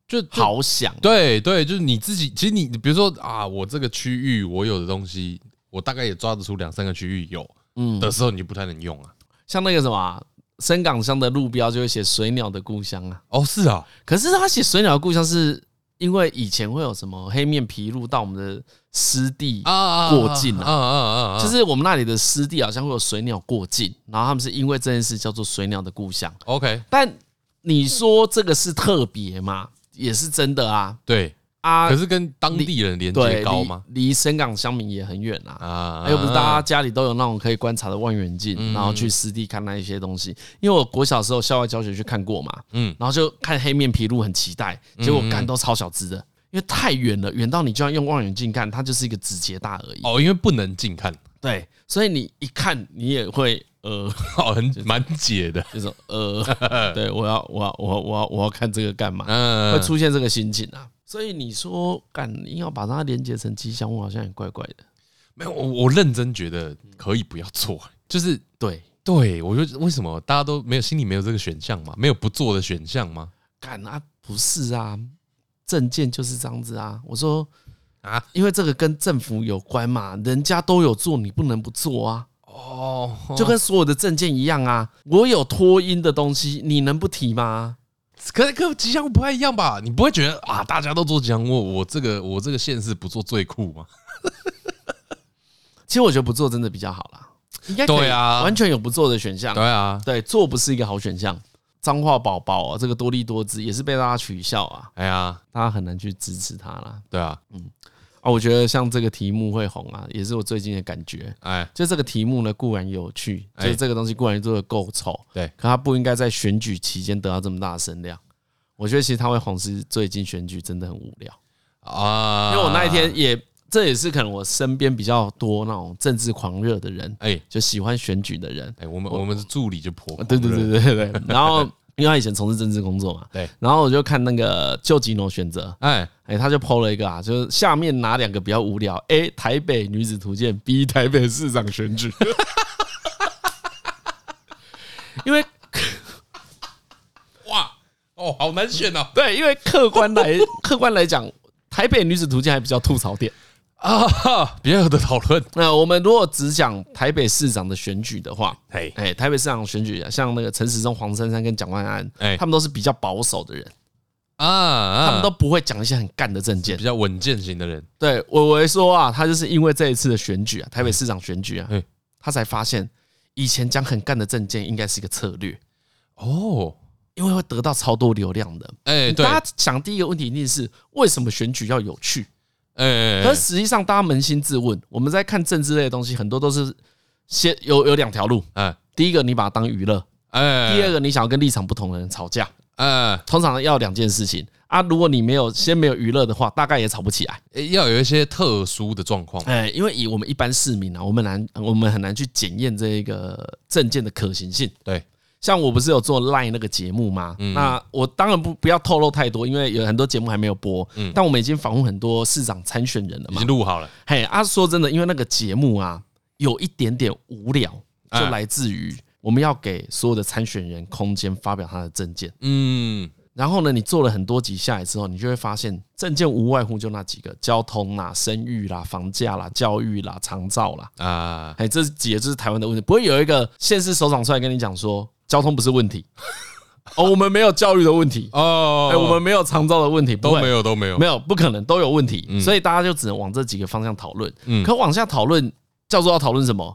Speaker 2: 就就
Speaker 1: 好想。
Speaker 2: 对对，就是你自己，其实你你比如说啊，我这个区域我有的东西，我大概也抓得出两三个区域有
Speaker 1: 嗯，
Speaker 2: 的时候，你就不太能用啊。
Speaker 1: 像那个什么啊深港乡的路标就会写“水鸟的故乡”啊，
Speaker 2: 哦，是啊，
Speaker 1: 可是他写“水鸟的故乡”是因为以前会有什么黑面琵鹭到我们的湿地
Speaker 2: 啊啊，啊
Speaker 1: 过境
Speaker 2: 啊
Speaker 1: 啊
Speaker 2: 啊啊啊，啊
Speaker 1: 就是我们那里的湿地好像会有水鸟过境，然后他们是因为这件事叫做“水鸟的故乡
Speaker 2: OK，”。
Speaker 1: 但你说这个是特别吗？也是真的啊
Speaker 2: 对，
Speaker 1: 啊！
Speaker 2: 可是跟当地人连接
Speaker 1: 对，
Speaker 2: 高
Speaker 1: 离
Speaker 2: 吗？
Speaker 1: 离深港乡民也很远啊。
Speaker 2: 啊，
Speaker 1: 又不是大家家里都有那种可以观察的望远
Speaker 2: 嗯
Speaker 1: 镜，然后去实地看那一些东西。因为我国小时候校外教学去看过嘛，
Speaker 2: 嗯
Speaker 1: 嗯，然后就看黑面琵鹭很期待，结果干都超小只的，因为太远了，远到你就要用望远镜看，它就是一个指节大而已。
Speaker 2: 哦，因为不能近看，
Speaker 1: 对，所以你一看你也会呃，
Speaker 2: 哦，很蛮解的，
Speaker 1: 就是 呃，对我要我要我要我要我要看这个干嘛？会
Speaker 2: 嗯，
Speaker 1: 出现这个心情啊。所以你说干硬要把它连接成吉祥物，好像也怪怪的。
Speaker 2: 没有，我我认真觉得可以不要做，就是
Speaker 1: 对，
Speaker 2: 对我就为什么大家都没有心里没有这个选项嘛？没有不做的选项吗？
Speaker 1: 干啊，不是啊，证件就是这样子啊。我说
Speaker 2: 啊，
Speaker 1: 因为这个跟政府有关嘛，人家都有做，你不能不做啊。
Speaker 2: 哦，
Speaker 1: 就跟所有的证件一样啊，我有脱音的东西，你能不提吗？
Speaker 2: 可是跟吉祥物不太一样吧？你不会觉得啊，大家都做吉祥物，我这个我这个县市不做最酷吗？
Speaker 1: 其实我觉得不做真的比较好啦，应该可以
Speaker 2: 对啊
Speaker 1: 完全有不做的选项
Speaker 2: 对。啊，
Speaker 1: 对，做不是一个好选项。脏话宝宝啊，这个多利多姿也是被大家取笑啊，
Speaker 2: 哎呀，
Speaker 1: 大家很难去支持他啦。
Speaker 2: 对啊，
Speaker 1: 啊，我觉得像这个题目会红啊，也是我最近的感觉。
Speaker 2: 哎，
Speaker 1: 就这个题目呢，固然有趣，
Speaker 2: 哎
Speaker 1: 就是这个东西固然做的够丑，
Speaker 2: 对
Speaker 1: 可它不应该在选举期间得到这么大的声量。我觉得其实它会红是最近选举真的很无聊，
Speaker 2: 啊，
Speaker 1: 因为我那一天也，这也是可能我身边比较多那种政治狂热的人，
Speaker 2: 哎
Speaker 1: 就喜欢选举的人，
Speaker 2: 哎，我们我们的助理就婆
Speaker 1: 啊，对对对
Speaker 2: 对
Speaker 1: 对对对。然后因为他以前从事政治工作嘛，
Speaker 2: 对，
Speaker 1: 然后我就看那个旧吉诺选择，
Speaker 2: 哎，
Speaker 1: 哎，他就 PO 了一个啊，就是下面哪两个比较无聊？A 台北女子图鉴，B 台北市长选举。 因为
Speaker 2: 哇，哦，好难选哦，
Speaker 1: 对，因为客观来客观来讲，台北女子图鉴还比较吐槽点。
Speaker 2: 啊，哈别有的讨论，
Speaker 1: 那我们如果只讲台北市长的选举的话，
Speaker 2: 哎
Speaker 1: 哎，台北市长选举啊像那个陈时中、黄珊珊跟蒋万安，
Speaker 2: 哎
Speaker 1: 他们都是比较保守的人，
Speaker 2: 啊啊，
Speaker 1: 他们都不会讲一些很干的政见
Speaker 2: 比。较稳健型的人，
Speaker 1: 对我我会说啊，他就是因为这一次的选举啊，台北市长选举啊
Speaker 2: 嗯，
Speaker 1: 他才发现以前讲很干的政见应该是一个策略，
Speaker 2: 哦，
Speaker 1: 因为会得到超多流量的。
Speaker 2: 哎，对，哎
Speaker 1: 大家想第一个问题一定是为什么选举要有趣？
Speaker 2: 哎，
Speaker 1: 可
Speaker 2: 哎
Speaker 1: 是实际上大家扪心自问，我们在看政治类的东西，很多都是先有有两条路，
Speaker 2: 哎
Speaker 1: 第一个你把它当娱乐，
Speaker 2: 哎，
Speaker 1: 第二个你想要跟立场不同的人吵架，
Speaker 2: 哎，
Speaker 1: 通常要两件事情啊。如果你没有先没有娱乐的话，大概也吵不起来。
Speaker 2: 哎要有一些特殊的状况，
Speaker 1: 哎，因为以我们一般市民啊，我们难，我们很难去检验这一个证件的可行性。
Speaker 2: 对，
Speaker 1: 像我不是有做 Line 那个节目吗？
Speaker 2: 嗯
Speaker 1: 那我当然不不要透露太多，因为有很多节目还没有播。但我们已经访问很多市长参选人了
Speaker 2: 嗯已
Speaker 1: 嘛
Speaker 2: 经。录好了，
Speaker 1: 嘿，啊，说真的，因为那个节目啊，有一点点无聊，就
Speaker 2: 哎
Speaker 1: 来自于我们要给所有的参选人空间发表他的证件。
Speaker 2: 嗯，
Speaker 1: 然后呢，你做了很多集下来之后，你就会发现，证件无外乎就那几个：交通啦、生育啦、房价啦、教育啦、长照啦。
Speaker 2: 啊，
Speaker 1: 哎，这几个就是台湾的问题，不会有一个县市首长出来跟你讲说，交通不是问题，哦，我们没有教育的问题，
Speaker 2: 哦
Speaker 1: 哎，我们没有长照的问题，不
Speaker 2: 都
Speaker 1: 会
Speaker 2: 没有都没有，
Speaker 1: 没有，不可能都有问题，所以大家就只能往这几个方向讨论。
Speaker 2: 嗯
Speaker 1: 可往下讨论，叫做要讨论什么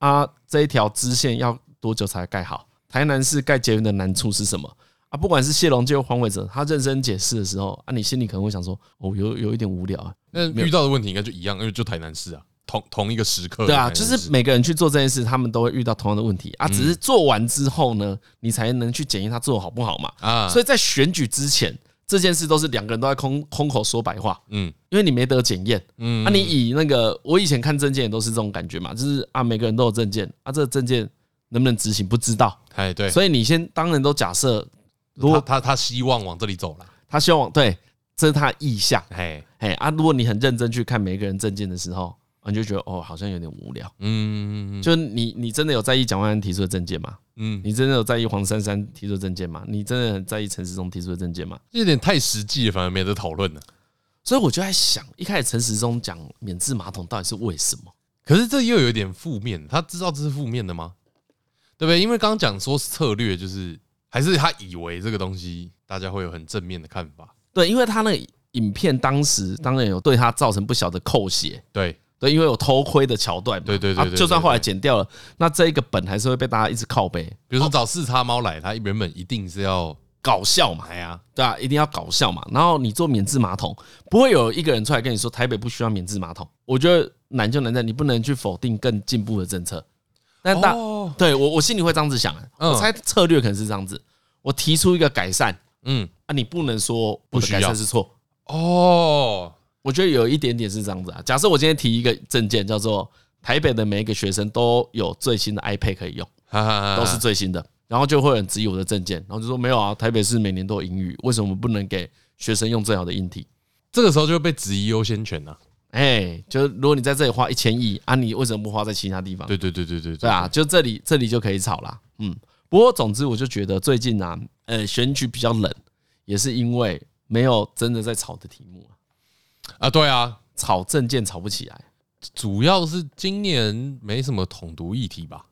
Speaker 1: 啊？这一条支线要多久才盖好？台南市盖捷运的难处是什么啊？不管是谢龙介或黄伟哲，他认真解释的时候啊，你心里可能会想说，哦，有有一点无聊啊。
Speaker 2: 那遇到的问题应该就一样，因为就台南市啊，同同一个时刻。
Speaker 1: 对啊，
Speaker 2: 台南市
Speaker 1: 就是每个人去做这件事，他们都会遇到同样的问题啊。只是做完之后呢，你才能去检验他做的好不好嘛。
Speaker 2: 啊，
Speaker 1: 所以在选举之前，这件事都是两个人都在空空口说白话，
Speaker 2: 嗯
Speaker 1: 因为你没得检验。
Speaker 2: 嗯
Speaker 1: 啊，你以那个我以前看证件也都是这种感觉嘛，就是啊，每个人都有证件啊，这个证件能不能执行不知道，
Speaker 2: 哎对，
Speaker 1: 所以你先当然都假设，如
Speaker 2: 他
Speaker 1: 果
Speaker 2: 他他希望往这里走了，
Speaker 1: 他希望对，这是他的意向，
Speaker 2: 哎
Speaker 1: 哎啊，如果你很认真去看每个人证件的时候，啊你就觉得哦，好像有点无聊。
Speaker 2: 嗯
Speaker 1: 就是你，你真的有在意蒋万安提出的证件吗？
Speaker 2: 嗯，
Speaker 1: 你真的有在意黄珊珊提出的证件吗？你真的很在意陈时中提出的证件吗？
Speaker 2: 这有点太实际了，反而没得讨论了。
Speaker 1: 所以我就在想，一开始陈时中讲免治马桶到底是为什么？
Speaker 2: 可是这又有点负面，他知道这是负面的吗？对不对？因为刚刚讲说策略就是，还是他以为这个东西大家会有很正面的看法。
Speaker 1: 对，因为他那个影片当时当然有对他造成不小的扣血，
Speaker 2: 对，
Speaker 1: 对，因为有偷窥的桥段嘛。
Speaker 2: 对对对对
Speaker 1: 啊就算后来剪掉了，那这一个本还是会被大家一直靠背，
Speaker 2: 比如说找四叉猫来，他原本一定是要
Speaker 1: 搞笑嘛，
Speaker 2: 哎呀，
Speaker 1: 对啊，一定要搞笑嘛。然后你做免治马桶，不会有一个人出来跟你说台北不需要免治马桶。我觉得难就难在你不能去否定更进步的政策。但大、
Speaker 2: 哦
Speaker 1: 对我我心里会这样子想，啊
Speaker 2: 嗯
Speaker 1: 我猜策略可能是这样子：我提出一个改善
Speaker 2: 嗯，
Speaker 1: 啊，你不能说我
Speaker 2: 不
Speaker 1: 的
Speaker 2: 需要
Speaker 1: 改善是错。
Speaker 2: 哦，
Speaker 1: 我觉得有一点点是这样子啊。假设我今天提一个证件，叫做台北的每一个学生都有最新的 iPad 可以用，
Speaker 2: 哈哈哈哈
Speaker 1: 都是最新的，然后就会有人质疑我的证件，然后就说没有啊，台北市每年都有英语，为什么不能给学生用最好的硬体？
Speaker 2: 这个时候就会被质疑优先权啊呐、
Speaker 1: 哎，就是如果你在这里花一千亿啊，你为什么不花在其他地方？
Speaker 2: 对对对对对
Speaker 1: 对啊，，就这里这里就可以吵啦。嗯，不过总之我就觉得最近啊，呃，选举比较冷，也是因为没有真的在吵的题目啊，
Speaker 2: 啊对啊，
Speaker 1: 吵政见吵不起来，
Speaker 2: 主要是今年没什么统独议题吧？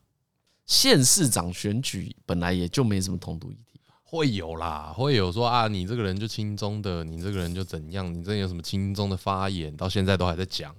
Speaker 1: 县市长选举本来也就没什么同读议题。
Speaker 2: 会有啦，会有说啊，你这个人就轻中的，你这个人就怎样，你这有什么轻中的发言，到现在都还在讲。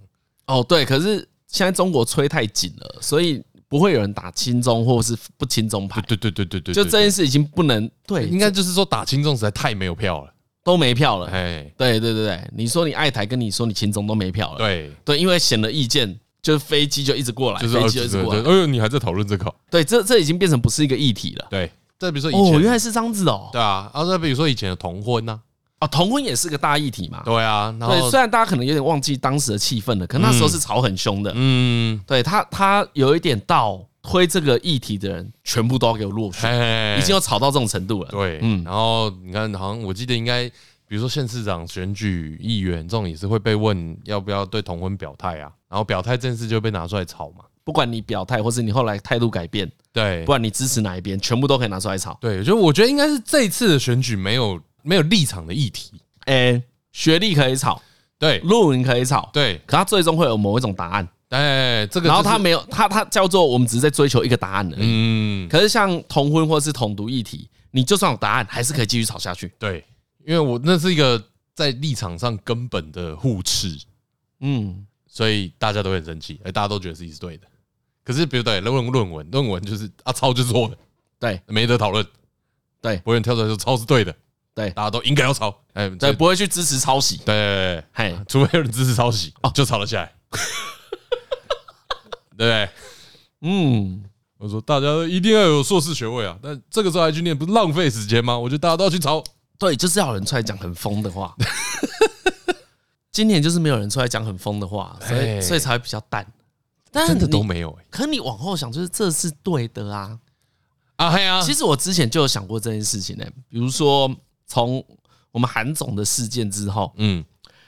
Speaker 1: 哦，对，可是现在中国吹太紧了，所以不会有人打亲中或是不亲中牌，
Speaker 2: 对对对对对，
Speaker 1: 就
Speaker 2: 对
Speaker 1: 这件事已经不能
Speaker 2: 对
Speaker 1: 对，
Speaker 2: 应该就是说打轻中实在太没有票了。
Speaker 1: 都没票了。
Speaker 2: 哎，
Speaker 1: 对对对对，你说你爱台，跟你说你亲中都没票了。
Speaker 2: 对，
Speaker 1: 对，因为显了意见，就是飞机就一直过来，
Speaker 2: 就是
Speaker 1: 飞机就一直
Speaker 2: 对
Speaker 1: 过
Speaker 2: 对
Speaker 1: 来
Speaker 2: 对。哎呦，你还在讨论这个？
Speaker 1: 对，这这已经变成不是一个议题了。
Speaker 2: 对，再比如说以
Speaker 1: 哦，
Speaker 2: 前
Speaker 1: 原来是这样子哦。
Speaker 2: 对啊，然后再比如说以前的同婚呐、
Speaker 1: 哦，同婚也是个大议题嘛
Speaker 2: 啊，。对啊，然
Speaker 1: 对，
Speaker 2: 后
Speaker 1: 虽然大家可能有点忘记当时的气氛了，可那时候是吵很凶的。
Speaker 2: 嗯，
Speaker 1: 对他，他有一点到推这个议题的人，全部都要给我落选，
Speaker 2: 哎，
Speaker 1: 已经有吵到这种程度了。
Speaker 2: 对，
Speaker 1: 嗯
Speaker 2: 然后你看，好像我记得应该，比如说县市长选举、议员这种也是会被问要不要对同婚表态啊，然后表态这件事就被拿出来吵嘛，
Speaker 1: 不管你表态，或是你后来态度改变，
Speaker 2: 对
Speaker 1: 不，管你支持哪一边，全部都可以拿出来吵。
Speaker 2: 对，就我觉得应该是这一次的选举没有没有立场的议题，
Speaker 1: 诶，哎学历可以吵，
Speaker 2: 对
Speaker 1: 论文可以吵，
Speaker 2: 对，
Speaker 1: 可他最终会有某一种答案。
Speaker 2: 哎，这个、
Speaker 1: 然后他，没有，他他叫做我们只是在追求一个答案而已。
Speaker 2: 嗯，
Speaker 1: 可是像同婚或是同毒议题，你就算有答案，还是可以继续吵下去。
Speaker 2: 对，因为我那是一个在立场上根本的互斥，
Speaker 1: 嗯，
Speaker 2: 所以大家都会很生气，而哎大家都觉得自己是对的。可是，比如对论文论文论文就是啊抄就是错的，
Speaker 1: 对
Speaker 2: 没得讨论。
Speaker 1: 对
Speaker 2: 博远跳出来说抄是对的，
Speaker 1: 对
Speaker 2: 大家都应该要抄。哎，
Speaker 1: 对，
Speaker 2: 对
Speaker 1: 不会去支持抄袭。
Speaker 2: 对，
Speaker 1: 嘿，
Speaker 2: 除非有人支持抄袭，哦，就抄了下来。 对不对，
Speaker 1: 嗯，
Speaker 2: 我说大家都一定要有硕士学位啊，但这个时候还去念，不是浪费时间吗？我觉得大家都要去抄。
Speaker 1: 对，就是要有人出来讲很疯的话。 今年就是没有人出来讲很疯的话，所
Speaker 2: 哎
Speaker 1: 以所以才会比较淡。但
Speaker 2: 真的都
Speaker 1: 你，
Speaker 2: 没有哎、
Speaker 1: 可你往后想，就是这是对的啊。
Speaker 2: 啊嘿啊，
Speaker 1: 其实我之前就有想过这件事情呢、比如说从我们韩总的事件之后，
Speaker 2: 嗯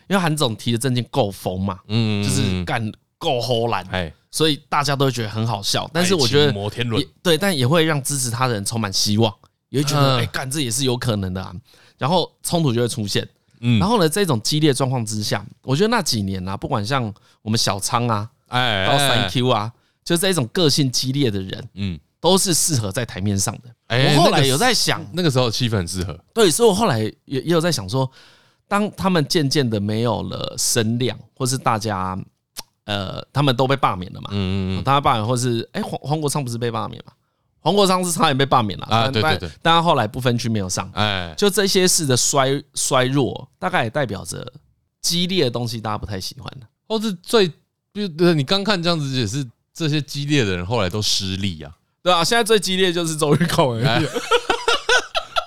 Speaker 1: 因为韩总提的证件够疯嘛，
Speaker 2: 嗯，
Speaker 1: 就是干够齁懒，
Speaker 2: 哎，
Speaker 1: 所以大家都会觉得很好笑。但是我觉
Speaker 2: 爱
Speaker 1: 得
Speaker 2: 情摩天轮
Speaker 1: 也，对，但也会让支持他的人充满希望，也会觉得
Speaker 2: 嗯
Speaker 1: 哎，干、这也是有可能的啊。然后冲突就会出现。
Speaker 2: 嗯
Speaker 1: 然后呢，这种激烈状况之下，我觉得那几年啊，不管像我们小仓啊，
Speaker 2: 哎
Speaker 1: 到
Speaker 2: 哎
Speaker 1: 三 Q 啊，就这种个性激烈的人，
Speaker 2: 嗯，
Speaker 1: 都是适合在台面上的。
Speaker 2: 哎
Speaker 1: 我后
Speaker 2: 那
Speaker 1: 来
Speaker 2: 个
Speaker 1: 有在想，
Speaker 2: 那个时候气氛很适合，
Speaker 1: 对，所以我后来也也有在想说，当他们渐渐的没有了声量，或是大家呃，他们都被罢免了嘛，
Speaker 2: 嗯嗯嗯，
Speaker 1: 大家罢免，或是哎、黄黄国昌不是被罢免嘛？黄国昌是差点被罢免了
Speaker 2: 啊
Speaker 1: 但
Speaker 2: 对对
Speaker 1: 但
Speaker 2: 对
Speaker 1: 但他后来不分区没有上，
Speaker 2: 哎，
Speaker 1: 就这些事的衰衰弱，大概也代表着激烈的东西大家不太喜欢了。
Speaker 2: 或是最，比如你刚看这样子也是这些激烈的人后来都失利啊，
Speaker 1: 对啊，现在最激烈就是周玉蔻而
Speaker 2: 哎
Speaker 1: 已。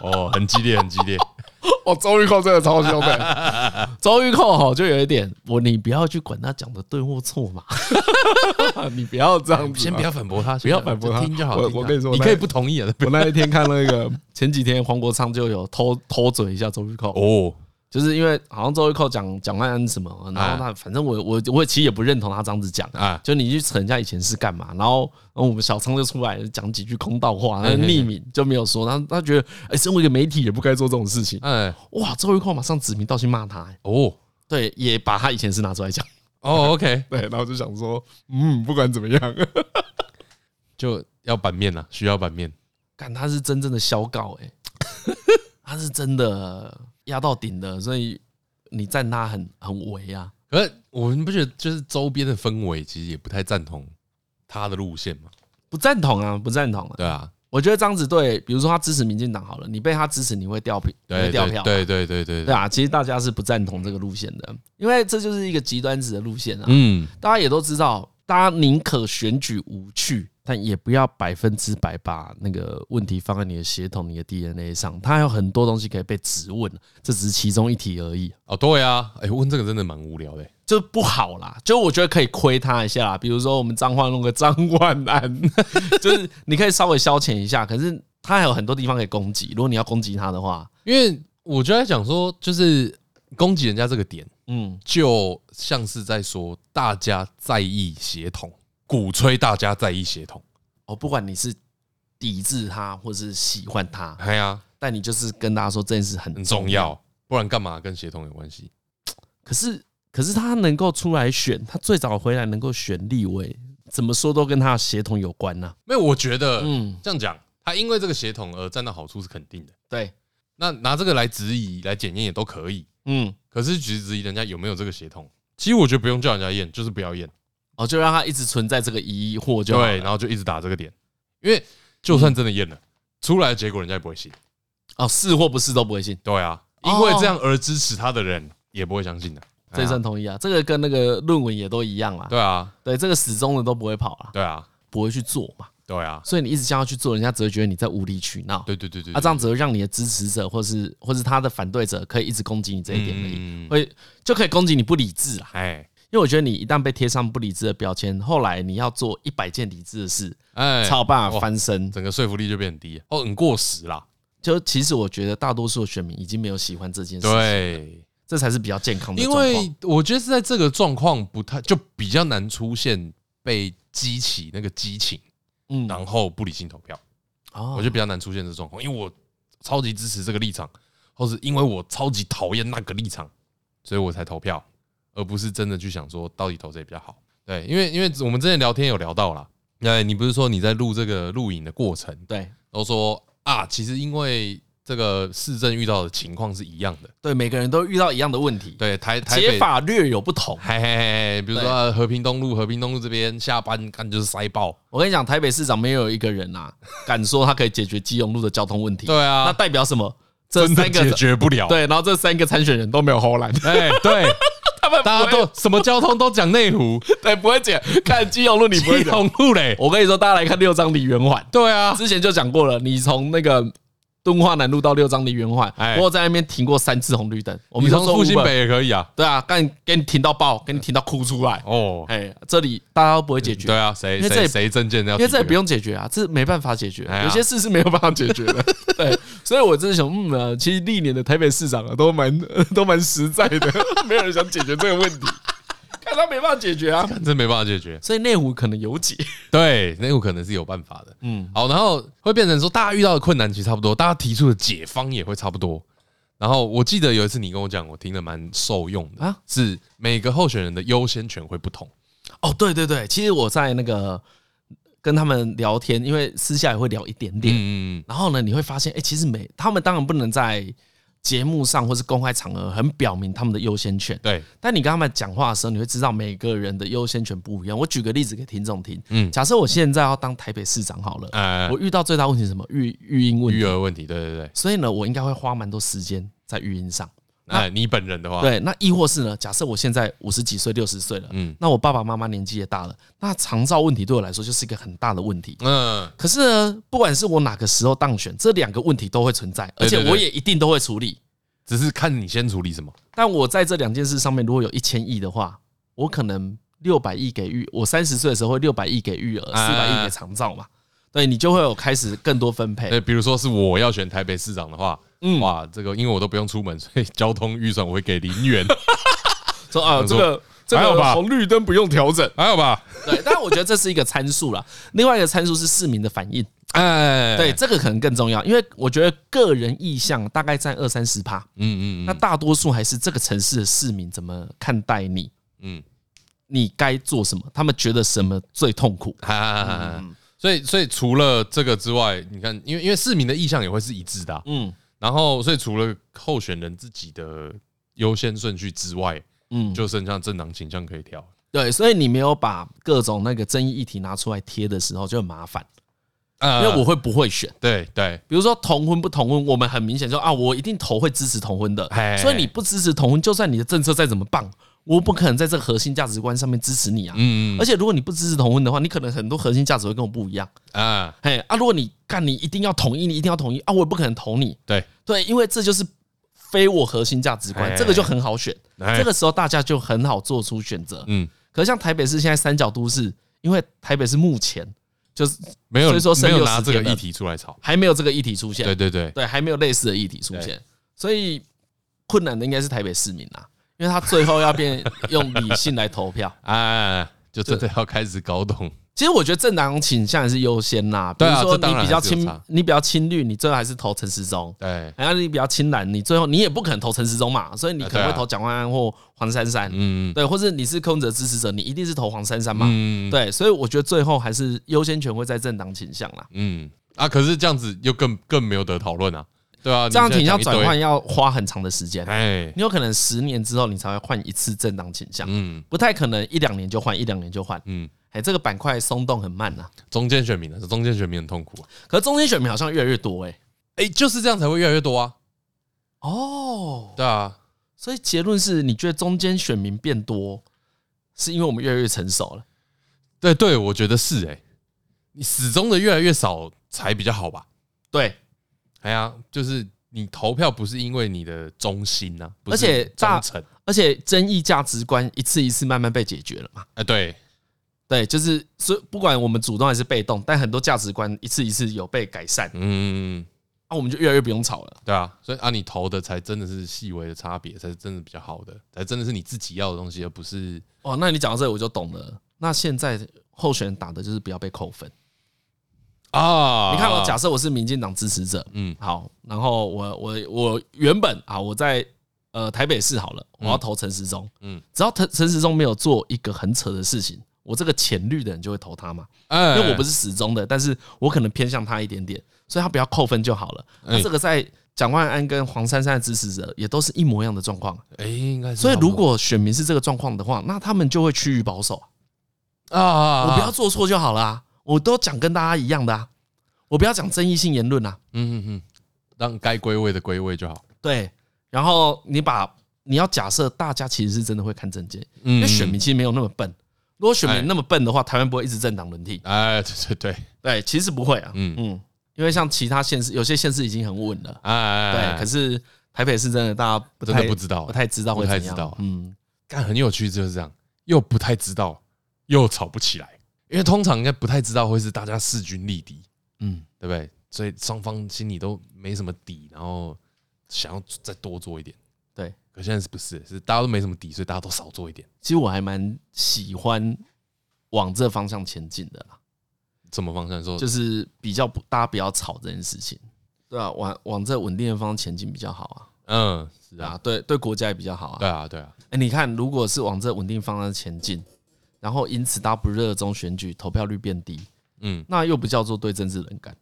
Speaker 2: 哦，很激烈，很激 烈，
Speaker 1: 哦，周玉蔻真的超凶的。 周玉蔻哈，就有一点，我你不要去管他讲的对或错 嘛，你不要这样子啊。
Speaker 2: 嗯先不要反驳他，
Speaker 1: 不要反驳他
Speaker 2: 就听就好。
Speaker 1: 我
Speaker 2: 听就好
Speaker 1: 我跟你说
Speaker 2: 你
Speaker 1: 我那
Speaker 2: 可以不同意啊，
Speaker 1: 我那一天看那个前几天黄国昌就有偷偷嘴一下周玉蔻，
Speaker 2: 哦，
Speaker 1: 就是因为好像周玉蔻讲蒋万安什么，然后他反正我我我其实也不认同他这样子讲
Speaker 2: 啊
Speaker 1: 啊，就你去扯人家以前是干嘛，然后然后我们小仓就出来讲几句空道话，
Speaker 2: 哎
Speaker 1: 他
Speaker 2: 哎哎
Speaker 1: 匿名就没有说，他他觉得哎，身为一个媒体也不该做这种事情，
Speaker 2: 哎，
Speaker 1: 哇，周玉蔻马上指名道姓骂他、哎
Speaker 2: 哦，
Speaker 1: 对，也把他以前是拿出来讲，
Speaker 2: 哦，OK，
Speaker 1: 对，然后就想说，嗯，不管怎么样，
Speaker 2: 就要版面了，需要版面。
Speaker 1: 看他是真正的消告 哎、他是真的压到顶的，所以你站他很很围啊。
Speaker 2: 可是我们不觉得就是周边的氛围其实也不太赞同他的路线嘛？
Speaker 1: 不赞同啊，不赞同啊！
Speaker 2: 对啊，
Speaker 1: 我觉得这样子对，比如说他支持民进党好了，你被他支持，你会掉票，你
Speaker 2: 对
Speaker 1: 会掉
Speaker 2: 对
Speaker 1: 票，
Speaker 2: 对对对对
Speaker 1: 对
Speaker 2: 对，
Speaker 1: 啊。其实大家是不赞同这个路线的，因为这就是一个极端值的路线啊。
Speaker 2: 嗯，
Speaker 1: 大家也都知道，大家宁可选举无趣，但也不要百分之百把那个问题放在你的血统、你的 DNA 上。它还有很多东西可以被质问，啊这只是其中一题而已，
Speaker 2: 哦，对啊，哎，问这个真的蛮无聊的。
Speaker 1: 就不好啦。就我觉得可以亏他一下啦，比如说我们彰化弄个张万安， 就是你可以稍微消遣一下，可是他还有很多地方可以攻击。如果你要攻击他的话，
Speaker 2: 因为我就在想说，就是攻击人家这个点，
Speaker 1: 嗯，
Speaker 2: 就像是在说大家在意协同，鼓吹大家在意协同。
Speaker 1: 哦，不管你是抵制他或是喜欢他，
Speaker 2: 哎呀，
Speaker 1: 但你就是跟大家说这件事很
Speaker 2: 很
Speaker 1: 重
Speaker 2: 重
Speaker 1: 要。
Speaker 2: 要，不然干嘛跟协同有关系？
Speaker 1: 可是，可是他能够出来选，他最早回来能够选立委，怎么说都跟他的协同有关呐、
Speaker 2: 没有，我觉得
Speaker 1: 嗯，
Speaker 2: 这样讲，他因为这个协同而占到好处是肯定的。
Speaker 1: 对，
Speaker 2: 那拿这个来质疑、来检验也都可以，
Speaker 1: 嗯，
Speaker 2: 可是只是质疑人家有没有这个协同，其实我觉得不用叫人家验，就是不要验。
Speaker 1: 哦，就让他一直存在这个疑惑就好
Speaker 2: 对，
Speaker 1: 了。
Speaker 2: 然后就一直打这个点，因为就算真的验了，出来的结果人家也不会信。
Speaker 1: 哦，是或不是都不会信，
Speaker 2: 对啊，因为这样而支持他的人也不会相信的。
Speaker 1: 这一算
Speaker 2: 哎呀
Speaker 1: 同意啊。这个跟那个论文也都一样啦。
Speaker 2: 对啊，
Speaker 1: 对，这个始终的都不会跑啦，
Speaker 2: 对啊，
Speaker 1: 不会去做嘛。
Speaker 2: 对啊，
Speaker 1: 所以你一直将要去做，人家只会觉得你在无理取闹。
Speaker 2: 对对对对，
Speaker 1: 啊，这样只会让你的支持者或是或是他的反对者可以一直攻击你这一点而已，
Speaker 2: 嗯，
Speaker 1: 会就可以攻击你不理智啊啦。
Speaker 2: 哎
Speaker 1: 因为我觉得你一旦被贴上不理智的标签，后来你要做一百件理智的事，
Speaker 2: 哎，
Speaker 1: 才有办法翻身。
Speaker 2: 整个说服力就变很低，哦，很过时啦。
Speaker 1: 就其实我觉得大多数的选民已经没有喜欢这件事，，
Speaker 2: 对，
Speaker 1: 这才是比较健康的
Speaker 2: 因
Speaker 1: 状况。
Speaker 2: 为我觉得是在这个状况不太，就比较难出现被激起那个激情，
Speaker 1: 嗯，
Speaker 2: 然后不理性投票，
Speaker 1: 哦
Speaker 2: 我觉得比较难出现这状况，因为我超级支持这个立场，或是因为我超级讨厌那个立场，所以我才投票，而不是真的去想说到底投谁比较好。对，因为因为我们之前聊天有聊到啦，对你不是说你在录这个录影的过程，
Speaker 1: 对
Speaker 2: 都说啊，其实因为这个市政遇到的情况是一样的，
Speaker 1: 对，每个人都遇到一样的问题，
Speaker 2: 对台台北
Speaker 1: 解法略有不同。
Speaker 2: 嘿嘿嘿，比如说啊和平东路，和平东路这边下班干就是塞爆。
Speaker 1: 我跟你讲，台北市长没有一个人啊，敢说他可以解决基隆路的交通问题。
Speaker 2: 对啊
Speaker 1: 那代表什么？这
Speaker 2: 真的
Speaker 1: 三个
Speaker 2: 解决不了。，
Speaker 1: 对，然后这三个参选人都没有 后来，
Speaker 2: 哎，对，
Speaker 1: 他们
Speaker 2: 大家都什么交通都讲内湖，
Speaker 1: 对不会解。看基隆路 你不
Speaker 2: 基
Speaker 1: 会解，
Speaker 2: 隆路嘞。
Speaker 1: 我跟你说，大家来看六张梨圆环，
Speaker 2: 对啊，
Speaker 1: 之前就讲过了，你从那个敦化南路到六张梨圆环
Speaker 2: 哎，
Speaker 1: 我有在那边停过三次红绿灯，我
Speaker 2: 你
Speaker 1: 们都
Speaker 2: 从
Speaker 1: 说
Speaker 2: 复兴
Speaker 1: Uber，
Speaker 2: 北也可以啊。
Speaker 1: 对啊，干给你停到爆，给你停到哭出来。
Speaker 2: 哦，
Speaker 1: 哎，这里大家都不会解决
Speaker 2: 对，啊，谁
Speaker 1: 因为这
Speaker 2: 谁
Speaker 1: 也
Speaker 2: 谁证件要
Speaker 1: 因
Speaker 2: 提
Speaker 1: 为
Speaker 2: 这个？
Speaker 1: 这也不用解决啊，这没办法解决，
Speaker 2: 哎呀
Speaker 1: 有些事是没有办法解决 的。对，所以我真的想，嗯、啊，其实历年的台北市长啊，都蛮 都蛮实在的， 没有人想解决这个问题，看他没办法解决啊，
Speaker 2: 真没办法解决。
Speaker 1: 所以内湖可能有解。
Speaker 2: 对，内湖可能是有办法的。嗯，好，然后会变成说，大家遇到的困难其实差不多，大家提出的解方也会差不多。然后我记得有一次你跟我讲，我听得蛮受用的
Speaker 1: 啊
Speaker 2: 是每个候选人的优先权会不同。
Speaker 1: 哦，对对对，其实我在那个跟他们聊天，因为私下也会聊一点点，
Speaker 2: 嗯嗯嗯，
Speaker 1: 然后呢，你会发现，哎、其实每他们当然不能在节目上或是公开场合很表明他们的优先权，
Speaker 2: 对，
Speaker 1: 但你跟他们讲话的时候，你会知道每个人的优先权不一样。我举个例子给听众听，
Speaker 2: 嗯
Speaker 1: 嗯，假设我现在要当台北市长好了，
Speaker 2: 呃
Speaker 1: 我，遇到最大问题是什么？育育婴问
Speaker 2: 育
Speaker 1: 题，
Speaker 2: 儿问题，对对对。
Speaker 1: 所以呢，我应该会花蛮多时间在育婴上。
Speaker 2: 那你本人的话，
Speaker 1: 啊对，那亦或是呢？假设我现在五十几岁、六十岁了，
Speaker 2: 嗯
Speaker 1: 嗯，那我爸爸妈妈年纪也大了，那长照问题对我来说就是一个很大的问题。
Speaker 2: 嗯，
Speaker 1: 可是呢，不管是我哪个时候当选，这两个问题都会存在，而且
Speaker 2: 对对对
Speaker 1: 我也一定都会处理。
Speaker 2: 只是看你先处理什么。
Speaker 1: 但我在这两件事上面，如果有一千亿的话，我可能六百亿给育，我三十岁的时候会六百亿给育儿，
Speaker 2: 啊
Speaker 1: 四百亿给长照嘛，对你就会有开始更多分配。
Speaker 2: 对，比如说是我要选台北市长的话，
Speaker 1: 嗯
Speaker 2: 哇，这个因为我都不用出门，所以交通预算我会给零元，
Speaker 1: 说啊，
Speaker 2: 没
Speaker 1: 这
Speaker 2: 错
Speaker 1: 个 这
Speaker 2: 还好吧
Speaker 1: 个红绿灯不用调整，
Speaker 2: 还好吧？
Speaker 1: 对，但我觉得这是一个参数啦。另外一个参数是市民的反应，
Speaker 2: 哎，
Speaker 1: 对，这个可能更重要，因为我觉得个人意向大概占二三十趴，
Speaker 2: 嗯嗯
Speaker 1: 那
Speaker 2: 嗯
Speaker 1: 大多数还是这个城市的市民怎么看待你，
Speaker 2: 嗯，
Speaker 1: 你该做什么，他们觉得什么最痛苦。
Speaker 2: 哈哈哈哈。
Speaker 1: 嗯
Speaker 2: 所以，所以除了这个之外，你看，因为因为市民的意向也会是一致的啊、
Speaker 1: 嗯
Speaker 2: 然后，所以除了候选人自己的优先顺序之外，
Speaker 1: 嗯，
Speaker 2: 就剩下政党倾向可以挑。
Speaker 1: 对，所以你没有把各种那个争议议题拿出来贴的时候就很麻烦，因
Speaker 2: 啊
Speaker 1: 为我会不会选？
Speaker 2: 对对
Speaker 1: 比如说同婚不同婚，我们很明显说啊，我一定投会支持同婚的
Speaker 2: 嘿，
Speaker 1: 所以你不支持同婚，就算你的政策再怎么棒，我不可能在这个核心价值观上面支持你啊。
Speaker 2: 嗯
Speaker 1: 而且如果你不支持同婚的话，你可能很多核心价值会跟我不一样。
Speaker 2: 啊，
Speaker 1: 嘿啊，如果你干你一定要统一，你一定要统一啊，我也不可能投你。
Speaker 2: 对，
Speaker 1: 对，因为这就是非我核心价值观
Speaker 2: 嘿，
Speaker 1: 这个就很好选，
Speaker 2: 哎
Speaker 1: 这个时候大家就很好做出选择。
Speaker 2: 嗯，
Speaker 1: 可是像台北市现在三角都市，因为台北市目前就是
Speaker 2: 没有
Speaker 1: 所以说剩
Speaker 2: 没有
Speaker 1: 60
Speaker 2: 拿这个
Speaker 1: 天了
Speaker 2: 议题出来吵。
Speaker 1: 还没有这个议题出现，
Speaker 2: 对对对，
Speaker 1: 对还没有类似的议题出现，所以困难的应该是台北市民啦，因因为他最后要变用理性来投 票。
Speaker 2: 哎，就真的要开始搞懂。
Speaker 1: 其实我觉得政党倾向还是优先啦，比
Speaker 2: 对
Speaker 1: 如
Speaker 2: 啊
Speaker 1: 说
Speaker 2: 这当
Speaker 1: 你
Speaker 2: 然
Speaker 1: 比较
Speaker 2: 还是有
Speaker 1: 亲
Speaker 2: 差，
Speaker 1: 你比较亲绿，你最后还是投陈时中。
Speaker 2: 对，
Speaker 1: 然后哎你比较亲蓝，你最后你也不可能投陈时中嘛，所以你可能
Speaker 2: 啊对啊
Speaker 1: 会投蒋万安或黄珊珊，
Speaker 2: 嗯
Speaker 1: 对，或啊者你是柯文哲支持者，你一定是投黄珊珊嘛，
Speaker 2: 嗯，，
Speaker 1: 对，所以我觉得最后还是优先权会在政党倾向啦。
Speaker 2: 嗯啊，可是这样子又更更没有得讨论啊，对啊，
Speaker 1: 这样倾向
Speaker 2: 你现在
Speaker 1: 转
Speaker 2: 讲一
Speaker 1: 换要花很长的时间
Speaker 2: 堆，，哎，
Speaker 1: 你有可能十年之后你才会换一次政党倾向，
Speaker 2: 嗯
Speaker 1: 不太可能一两年就换，一两年就换。
Speaker 2: 嗯，
Speaker 1: 哎，这个板块松动很慢呐、
Speaker 2: 中间选民啊，中间选民很痛苦啊，
Speaker 1: 可是中间选民好像越来越多哎、
Speaker 2: 哎，就是这样才会越来越多啊，
Speaker 1: 哦，
Speaker 2: 对啊，
Speaker 1: 所以结论是你觉得中间选民变多，是因为我们越来越成熟了。
Speaker 2: 对对，我觉得是哎、你始终的越来越少才比较好吧？
Speaker 1: 对，
Speaker 2: 哎呀，就是你投票不是因为你的忠心呐、不
Speaker 1: 而且
Speaker 2: 是
Speaker 1: 大
Speaker 2: 忠诚，
Speaker 1: 而且争议价值观一次一次慢慢被解决了嘛。
Speaker 2: 哎，对，
Speaker 1: 对，就是所以不管我们主动还是被动，但很多价值观一次一次有被改善，
Speaker 2: 嗯，
Speaker 1: 啊，我们就越来越不用吵了。
Speaker 2: 对啊，所以啊，你投的才真的是细微的差别，才是真的比较好的，才真的是你自己要的东西，而不是
Speaker 1: 哦，那你讲到这里我就懂了。那现在候选人打的就是不要被扣分。
Speaker 2: 啊。
Speaker 1: 你看，哦我假设我是民进党支持者，
Speaker 2: 嗯
Speaker 1: 嗯，好，然后我我我原本啊，我在呃台北市好了，我要投陈时中，
Speaker 2: 嗯
Speaker 1: 嗯，只要陈陈时中没有做一个很扯的事情，我这个浅绿的人就会投他嘛，
Speaker 2: 哎
Speaker 1: 因为我不是始终的，但是我可能偏向他一点点，所以他不要扣分就好了。
Speaker 2: 哎
Speaker 1: 那这个在蒋万安跟黄珊珊的支持者也都是一模一样的状况，
Speaker 2: 哎，应该是
Speaker 1: 所以
Speaker 2: 差不多
Speaker 1: 如果选民是这个状况的话，那他们就会趋于保守啊。
Speaker 2: 啊啊，啊
Speaker 1: 我不要，做错就好了、啊，我都讲跟大家一样的啊，我不要讲争议性言论啊。
Speaker 2: 嗯嗯嗯，让该归位的归位就好。
Speaker 1: 对，然后你把你要假设大家其实是真的会看政见，
Speaker 2: 嗯
Speaker 1: 因为选民，其实没有那么笨。如果选
Speaker 2: 哎
Speaker 1: 民那么笨的话，台湾不会一直政党轮替。
Speaker 2: 哎，对对对，
Speaker 1: 对，其实不会啊。
Speaker 2: 嗯
Speaker 1: 嗯嗯，因为像其他县市，有些县市已经很稳了。
Speaker 2: 哎，
Speaker 1: 对，可是台北市真的大家不
Speaker 2: 真
Speaker 1: 太
Speaker 2: 的不知道
Speaker 1: 不太知道会
Speaker 2: 不太
Speaker 1: 怎样。
Speaker 2: 知道啊
Speaker 1: 嗯，
Speaker 2: 干很有趣，就是这样，又不太知道，又吵不起来，因为通常应该不太知道会是大家势均力敌，
Speaker 1: 嗯，
Speaker 2: 对不对？所以双方心里都没什么底，然后想要再多做一点。
Speaker 1: 对，
Speaker 2: 可现在是不是是大家都没什么底，所以大家都少做一点？
Speaker 1: 其实我还蛮喜欢往这方向前进的啦。
Speaker 2: 什么方向说？
Speaker 1: 就是比较不大家不要吵这件事情，对啊，往往这稳定的方向前进比较好
Speaker 2: 嗯，是
Speaker 1: 啊，
Speaker 2: 啊
Speaker 1: 啊，，对对，国家也比较好啊。
Speaker 2: 对啊，对啊，
Speaker 1: 哎，你看，如果是往这稳定方向前进，然后因此大家不热衷选举，投票率变低，
Speaker 2: 嗯，
Speaker 1: 那又不叫做对政治冷感。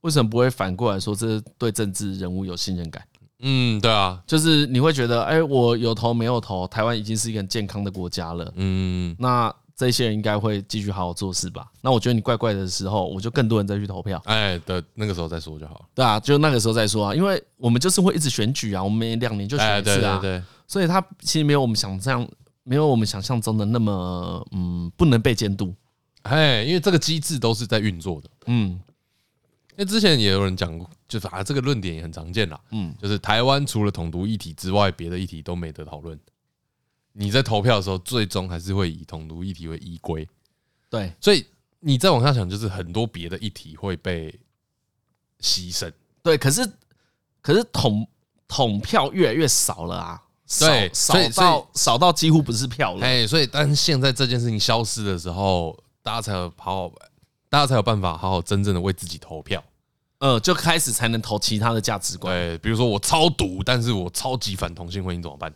Speaker 1: 为什么不会反过来说这是对政治人物有信任感？
Speaker 2: 嗯，对啊，
Speaker 1: 就是你会觉得，哎，我有投没有投，台湾已经是一个很健康的国家了，
Speaker 2: 嗯，
Speaker 1: 那这些人应该会继续好好做事吧？那我觉得你怪怪的时候，我就更多人再去投票。
Speaker 2: 哎，对，那个时候再说就好了。
Speaker 1: 对啊，就那个时候再说啊，因为我们就是会一直选举啊，我们每两年就选
Speaker 2: 哎，
Speaker 1: 一
Speaker 2: 对
Speaker 1: 次啊，
Speaker 2: 对对，
Speaker 1: 所以他其实没有我们想象，没有我们想象中的那么嗯，不能被监督，
Speaker 2: 哎，因为这个机制都是在运作的。
Speaker 1: 嗯
Speaker 2: 因为之前也有人讲过，就是啊，这个论点也很常见啦。
Speaker 1: 嗯，
Speaker 2: 就是台湾除了统独议题之外，别的议题都没得讨论。你在投票的时候，最终还是会以统独议题为依归，
Speaker 1: 对
Speaker 2: 所以你再往下想，就是很多别的议题会被牺牲。
Speaker 1: 对，可是可是统统票越来越少了啊，少
Speaker 2: 对所以
Speaker 1: 少到少到几乎不是票了，
Speaker 2: 哎，所以但是现在这件事情消失的时候，大家才有好好，大家才有办法好好真正的为自己投票。
Speaker 1: 呃，就开始才能投其他的价值观，
Speaker 2: 对，比如说我超毒，但是我超级反同性婚姻怎么办？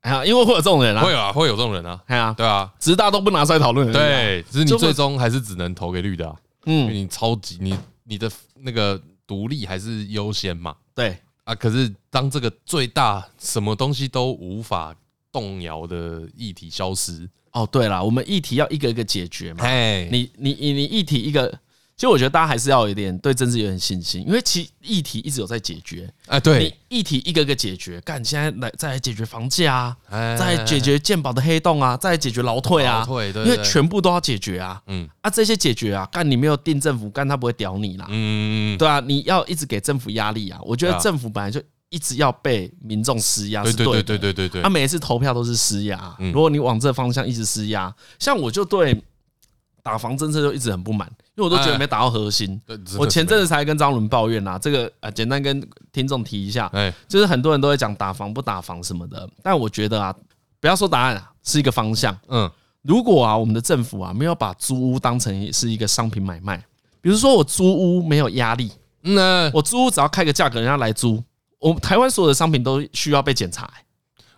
Speaker 1: 哎呀，因为会有这种人啊
Speaker 2: 会，啊，会有这种人啊，
Speaker 1: 哎呀，
Speaker 2: 对啊，
Speaker 1: 只是大家都不拿出来讨论而已啊，
Speaker 2: 对，只是你
Speaker 1: 就不
Speaker 2: 最终还是只能投给绿的啊。因为
Speaker 1: 嗯，
Speaker 2: 你超级你你的那个独立还是优先嘛
Speaker 1: 对
Speaker 2: 啊，可是当这个最大什么东西都无法动摇的议题消失，
Speaker 1: 哦，对了，我们议题要一个一个解决嘛，
Speaker 2: 哎你
Speaker 1: 你你你你议题一个，其实我觉得大家还是要有一点对政治有点信心，因为其议题一直有在解决，
Speaker 2: 哎对
Speaker 1: 你，议题一个个解决，干现在来再来解决房价啊，
Speaker 2: 哎
Speaker 1: 再来解决健保的黑洞啊，再来解决劳退啊，
Speaker 2: 劳退对
Speaker 1: 因为
Speaker 2: 对
Speaker 1: 全部都要解决啊，
Speaker 2: 嗯
Speaker 1: 啊这些解决啊，干你没有定政府，干他不会屌你啦，
Speaker 2: 嗯
Speaker 1: 对啊，你要一直给政府压力啊，我觉
Speaker 2: 对
Speaker 1: 得
Speaker 2: 啊
Speaker 1: 政府本来就一直要被民众施压，
Speaker 2: 对
Speaker 1: 啊是的啊
Speaker 2: 对对对对对对
Speaker 1: 他、每一次投票都是施压。啊
Speaker 2: 嗯
Speaker 1: 如果你往这方向一直施压，像我就对打房政策就一直很不满，因为我都觉得没打到核心。
Speaker 2: 对哎真的是
Speaker 1: 我前阵子才跟张伦抱怨啦、这个啊，简单跟听众提一下，
Speaker 2: 哎
Speaker 1: 就是很多人都会讲打房不打房什么的，但我觉得啊，不要说答案啊，是一个方向。
Speaker 2: 嗯
Speaker 1: 如果啊，我们的政府啊没有把租屋当成是一个商品买卖，比如说我租屋没有压力，
Speaker 2: 嗯，那
Speaker 1: 我租屋只要开个价格，人家来租，我们台湾所有的商品都需要被检查、欸，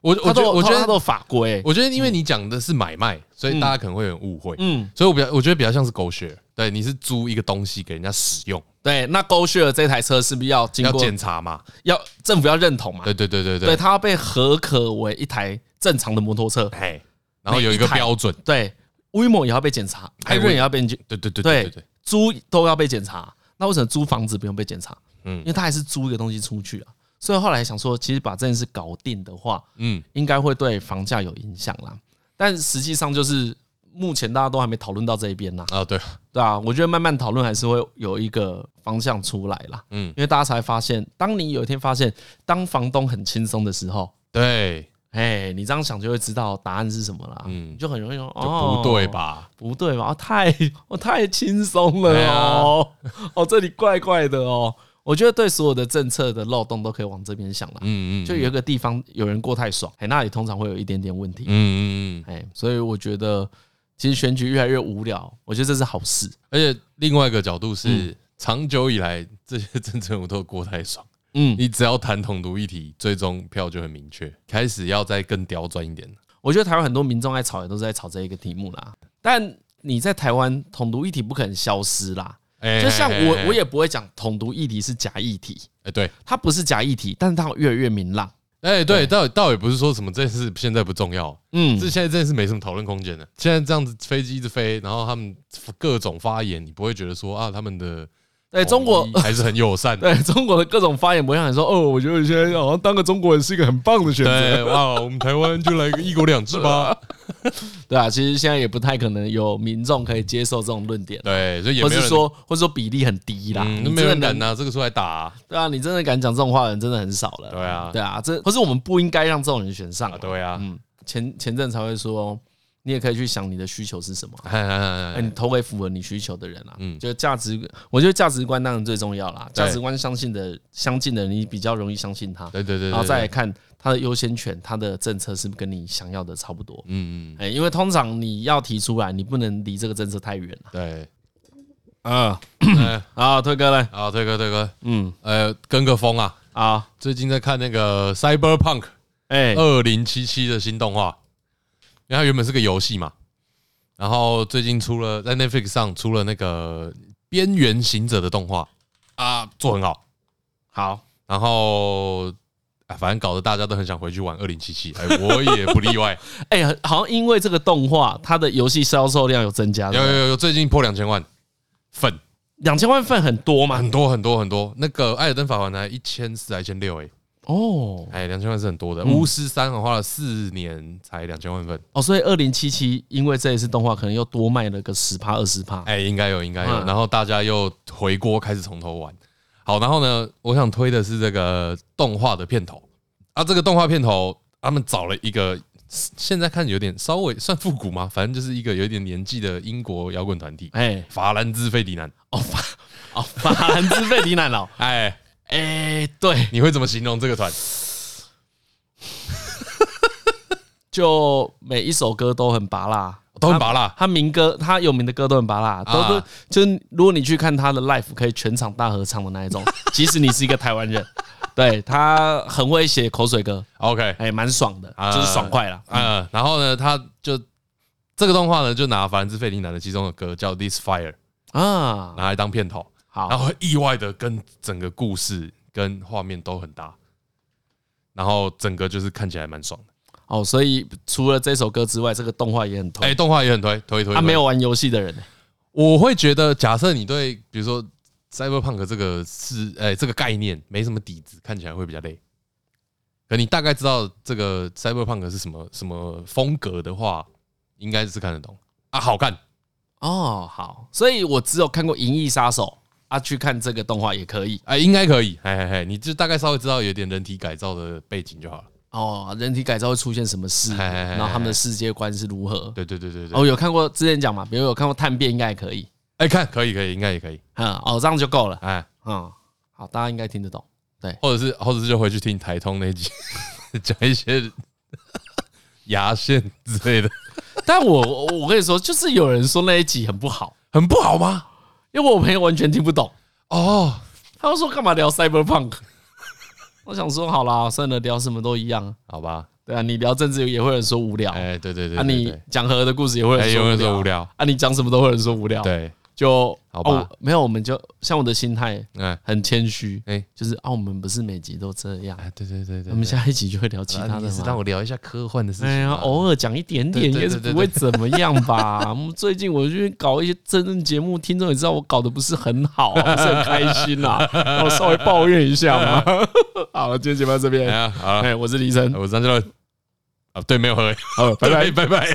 Speaker 2: 我
Speaker 1: 它
Speaker 2: 我觉
Speaker 1: 都
Speaker 2: 得
Speaker 1: 有
Speaker 2: 我觉
Speaker 1: 它它都
Speaker 2: 得
Speaker 1: 有法规、欸
Speaker 2: 我觉得，因为你讲的是买卖，所以大家可能会有误会。
Speaker 1: 嗯，
Speaker 2: 所以我比较我觉得比较像是狗血，对，你是租一个东西给人家使用，
Speaker 1: 对。那 GoShare 这台车是不是要经
Speaker 2: 要
Speaker 1: 过
Speaker 2: 检查嘛？
Speaker 1: 要政府要认同嘛？
Speaker 2: 对对对对
Speaker 1: 对，
Speaker 2: 对，
Speaker 1: 它要被合可为一台正常的摩托车，
Speaker 2: 嘿，然后有一个标准，
Speaker 1: 对，威猛也要被检查，艾
Speaker 2: 哎
Speaker 1: 润
Speaker 2: 我
Speaker 1: 也要被检
Speaker 2: 对对对对
Speaker 1: 对
Speaker 2: 对对，
Speaker 1: 租都要被检查，那为什么租房子不用被检查？
Speaker 2: 嗯
Speaker 1: 因为他还是租一个东西出去啊。所以后来想说，其实把这件事搞定的话，
Speaker 2: 嗯，
Speaker 1: 应该会对房价有影响啦。但实际上就是目前大家都还没讨论到这一边啦，
Speaker 2: 啊对，
Speaker 1: 对啊，我觉得慢慢讨论还是会有一个方向出来啦。
Speaker 2: 嗯
Speaker 1: 因为大家才发现，当你有一天发现当房东很轻松的时候，
Speaker 2: 对，
Speaker 1: 哎，你这样想就会知道答案是什么啦。
Speaker 2: 嗯
Speaker 1: 你就很容易说，
Speaker 2: 就
Speaker 1: 哦，
Speaker 2: 不对？吧？
Speaker 1: 不对吧？哦太我、太轻松了
Speaker 2: 对啊
Speaker 1: 哦， 哦这里怪怪的哦。我觉得对所有的政策的漏洞都可以往这边想了。
Speaker 2: 嗯嗯，
Speaker 1: 就有一个地方有人过太爽，哎，那里通常会有一点点问题，
Speaker 2: 嗯嗯嗯，
Speaker 1: 哎，所以我觉得其实选举越来越无聊，我觉得这是好事。
Speaker 2: 而且另外一个角度
Speaker 1: 嗯
Speaker 2: 是，长久以来这些政治人物都过太爽，
Speaker 1: 嗯，
Speaker 2: 你只要谈统独议题，最终票就很明确，开始要再更刁钻一点了。
Speaker 1: 我觉得台湾很多民众爱吵，也都是在吵这一个题目啦。但你在台湾统独议题不可能消失啦，
Speaker 2: 哎
Speaker 1: 就像我我，
Speaker 2: 哎
Speaker 1: 也不会讲统独议题是假议题，
Speaker 2: 哎对，
Speaker 1: 它不是假议题，但是它越来越明朗。
Speaker 2: 哎对，倒也倒也不是说什么这件事现在不重要，
Speaker 1: 嗯
Speaker 2: 这现在真的是没什么讨论空间的。现在这样子飞机一直飞，然后他们各种发言，你不会觉得说啊，他们的
Speaker 1: 对哎中国
Speaker 2: 统一哦还是很友善的。
Speaker 1: 对中国的各种发言不会让你说哦，我觉得现在好像当个中国人是一个很棒的选择，
Speaker 2: 对，哇，我们台湾就来个一国两制 吧。
Speaker 1: 对啊，其实现在也不太可能有民众可以接受这种论点，
Speaker 2: 对，所以也
Speaker 1: 或
Speaker 2: 没有
Speaker 1: 是
Speaker 2: 人
Speaker 1: 说或是说比例很低啦，
Speaker 2: 嗯，
Speaker 1: 你
Speaker 2: 没
Speaker 1: 真
Speaker 2: 有人
Speaker 1: 的
Speaker 2: 敢
Speaker 1: 能
Speaker 2: 拿这个出来打啊、
Speaker 1: 对啊，你真的敢讲这种话的人真的很少了，
Speaker 2: 对啊
Speaker 1: 对啊，这或是我们不应该让这种人选上
Speaker 2: 啊，
Speaker 1: 啊，
Speaker 2: 对啊，
Speaker 1: 嗯，前前阵才会说，你也可以去想你的需求是什么啊。
Speaker 2: 哎哎哎
Speaker 1: 哎、
Speaker 2: 哎
Speaker 1: 你投给符合你需求的人啊，嗯，
Speaker 2: 嗯
Speaker 1: 就价值，我觉得价值观当然最重要啦。
Speaker 2: 对
Speaker 1: 价值观相信的相近的人，你比较容易相信他，
Speaker 2: 对对对，
Speaker 1: 然后
Speaker 2: 对
Speaker 1: 再来，看他的优先权，他的政策是不是跟你想要的差不多。
Speaker 2: 嗯嗯，
Speaker 1: 哎、因为通常你要提出来，你不能离这个政策太远了。
Speaker 2: 对，
Speaker 1: 嗯，
Speaker 2: 哎
Speaker 1: 好，推哥嘞，
Speaker 2: 好，这个这个，
Speaker 1: 嗯，
Speaker 2: 呃，跟个风啊，
Speaker 1: 好，
Speaker 2: 最近在看那个《Cyberpunk
Speaker 1: 哎、
Speaker 2: 二零七七》的新动画，因为它原本是个游戏嘛，然后最近出了在 Netflix 上出了那个《边缘行者》的动画啊，做很好，
Speaker 1: 好，
Speaker 2: 然后啊，反正搞得大家都很想回去玩二零七七，哎，我也不 例外，
Speaker 1: 哎、好像因为这个动画，它的游戏销售量有增加，
Speaker 2: 有有有有，最近破两千万粉。
Speaker 1: 两千万份很多嘛
Speaker 2: 很？多很多很多，那个《艾尔登法环》才一千四，还一千六，哎，
Speaker 1: 哦
Speaker 2: 哎，两千万是很多的。
Speaker 1: 嗯
Speaker 2: 巫师三我花了四年才两千万份，
Speaker 1: 哦，所以二零七七因为这一次动画，可能又多卖了个十趴二十趴。
Speaker 2: 哎，应该有，应该有。
Speaker 1: 嗯
Speaker 2: 然后大家又回锅开始从头玩。好，然后呢，我想推的是这个动画的片头啊，这个动画片头他们找了一个，现在看有点稍微算复古吗？反正就是一个有点年纪的英国摇滚团体
Speaker 1: 哎，
Speaker 2: 法兰兹费迪南。
Speaker 1: 哦法哦法兰兹费迪南佬，
Speaker 2: 哎，
Speaker 1: 哎，对，
Speaker 2: 你会怎么形容这个 团？
Speaker 1: 就每一首歌都很拔辣，
Speaker 2: 都很拔辣
Speaker 1: 他他民歌，他有名的歌都很拔辣，都是、
Speaker 2: 啊
Speaker 1: 就是如果你去看他的 l i f e 可以全场大合唱的那一 种。即使你是一个台湾人，对他很会写口水歌，
Speaker 2: OK，
Speaker 1: 哎，蛮爽的，
Speaker 2: 啊
Speaker 1: 就是爽快啦。
Speaker 2: 呃，然后呢，他就这个动画呢，就拿法兰兹费迪南的其中的歌叫《This Fire》
Speaker 1: 啊，
Speaker 2: 拿来当片头，然
Speaker 1: 好，
Speaker 2: 后意外的跟整个故事跟画面都很搭，然后整个就是看起来蛮爽的。
Speaker 1: 哦，所以除了这首歌之外，这个动画也很推。
Speaker 2: 哎，动画也很推推推。
Speaker 1: 他、
Speaker 2: 推
Speaker 1: 没有，玩游戏的人、
Speaker 2: 我会觉得，假设你对比如说 Cyberpunk 这个是哎这个概念没什么底子，看起来会比较累。可你大概知道这个 Cyberpunk 是什么什么风格的话，应该是看得懂啊，好看。
Speaker 1: 哦，好，所以我只有看过《银翼杀手》啊，去看这个动画也可以
Speaker 2: 哎，应该可以，嘿嘿嘿，你就大概稍微知道有点人体改造的背景就好了。
Speaker 1: 哦。人体改造会出现什么事，
Speaker 2: 哎哎哎哎
Speaker 1: 然后他们的世界观是如何？
Speaker 2: 对对对对对，
Speaker 1: 哦，
Speaker 2: 哦，
Speaker 1: 有看过之前讲嘛，比如有看过《探变》，应该也可以，
Speaker 2: 哎，看可以可以，应该也可以，
Speaker 1: 嗯，哦，这样就够了，
Speaker 2: 哎，
Speaker 1: 嗯，好，大家应该听得懂。
Speaker 2: 或者是或者是就回去听台通那一集，讲一些牙线之类的，
Speaker 1: 但我我我跟你说，就是有人说那一集很不好，
Speaker 2: 很不好吗？
Speaker 1: 因为我朋友完全听不懂，
Speaker 2: 哦，
Speaker 1: 他们说干嘛聊 cyberpunk？我想说好啦，算了，聊什么都一样。
Speaker 2: 好吧，
Speaker 1: 对啊，你聊政治也会有人说无聊，
Speaker 2: 哎，对对对，
Speaker 1: 啊，
Speaker 2: 对
Speaker 1: 你
Speaker 2: 对
Speaker 1: 讲和的故事也会有人
Speaker 2: 哎有人
Speaker 1: 说
Speaker 2: 说无聊
Speaker 1: 啊，你讲什么都会有人说无聊，，
Speaker 2: 对，
Speaker 1: 就
Speaker 2: 好吧
Speaker 1: 哦没有，我们就像我的心态
Speaker 2: 哎
Speaker 1: 很谦虚，
Speaker 2: 哎
Speaker 1: 就是啊，我们不是每集都这样，
Speaker 2: 哎，对对对对，
Speaker 1: 我们
Speaker 2: 对
Speaker 1: 下一集就会聊其
Speaker 2: 啊
Speaker 1: 他
Speaker 2: 你
Speaker 1: 的
Speaker 2: 是
Speaker 1: 嘛
Speaker 2: 让我聊一下科幻的事情啊
Speaker 1: 哎呀，
Speaker 2: 吧，
Speaker 1: 偶尔讲一点
Speaker 2: 对
Speaker 1: 点
Speaker 2: 对
Speaker 1: 也是
Speaker 2: 对对
Speaker 1: 不会怎么样吧。我们最近我去搞一些真人节目，听众也知道我搞得不是很好啊，不是很开心 啊，让我稍微抱怨一下嘛。 好了，今天节目到这
Speaker 2: 哎
Speaker 1: 边，
Speaker 2: 呀，好了，
Speaker 1: 哎，我是黎晨，
Speaker 2: 我是张志乐，啊，对，没有喝，
Speaker 1: 好，拜拜。
Speaker 2: 拜拜。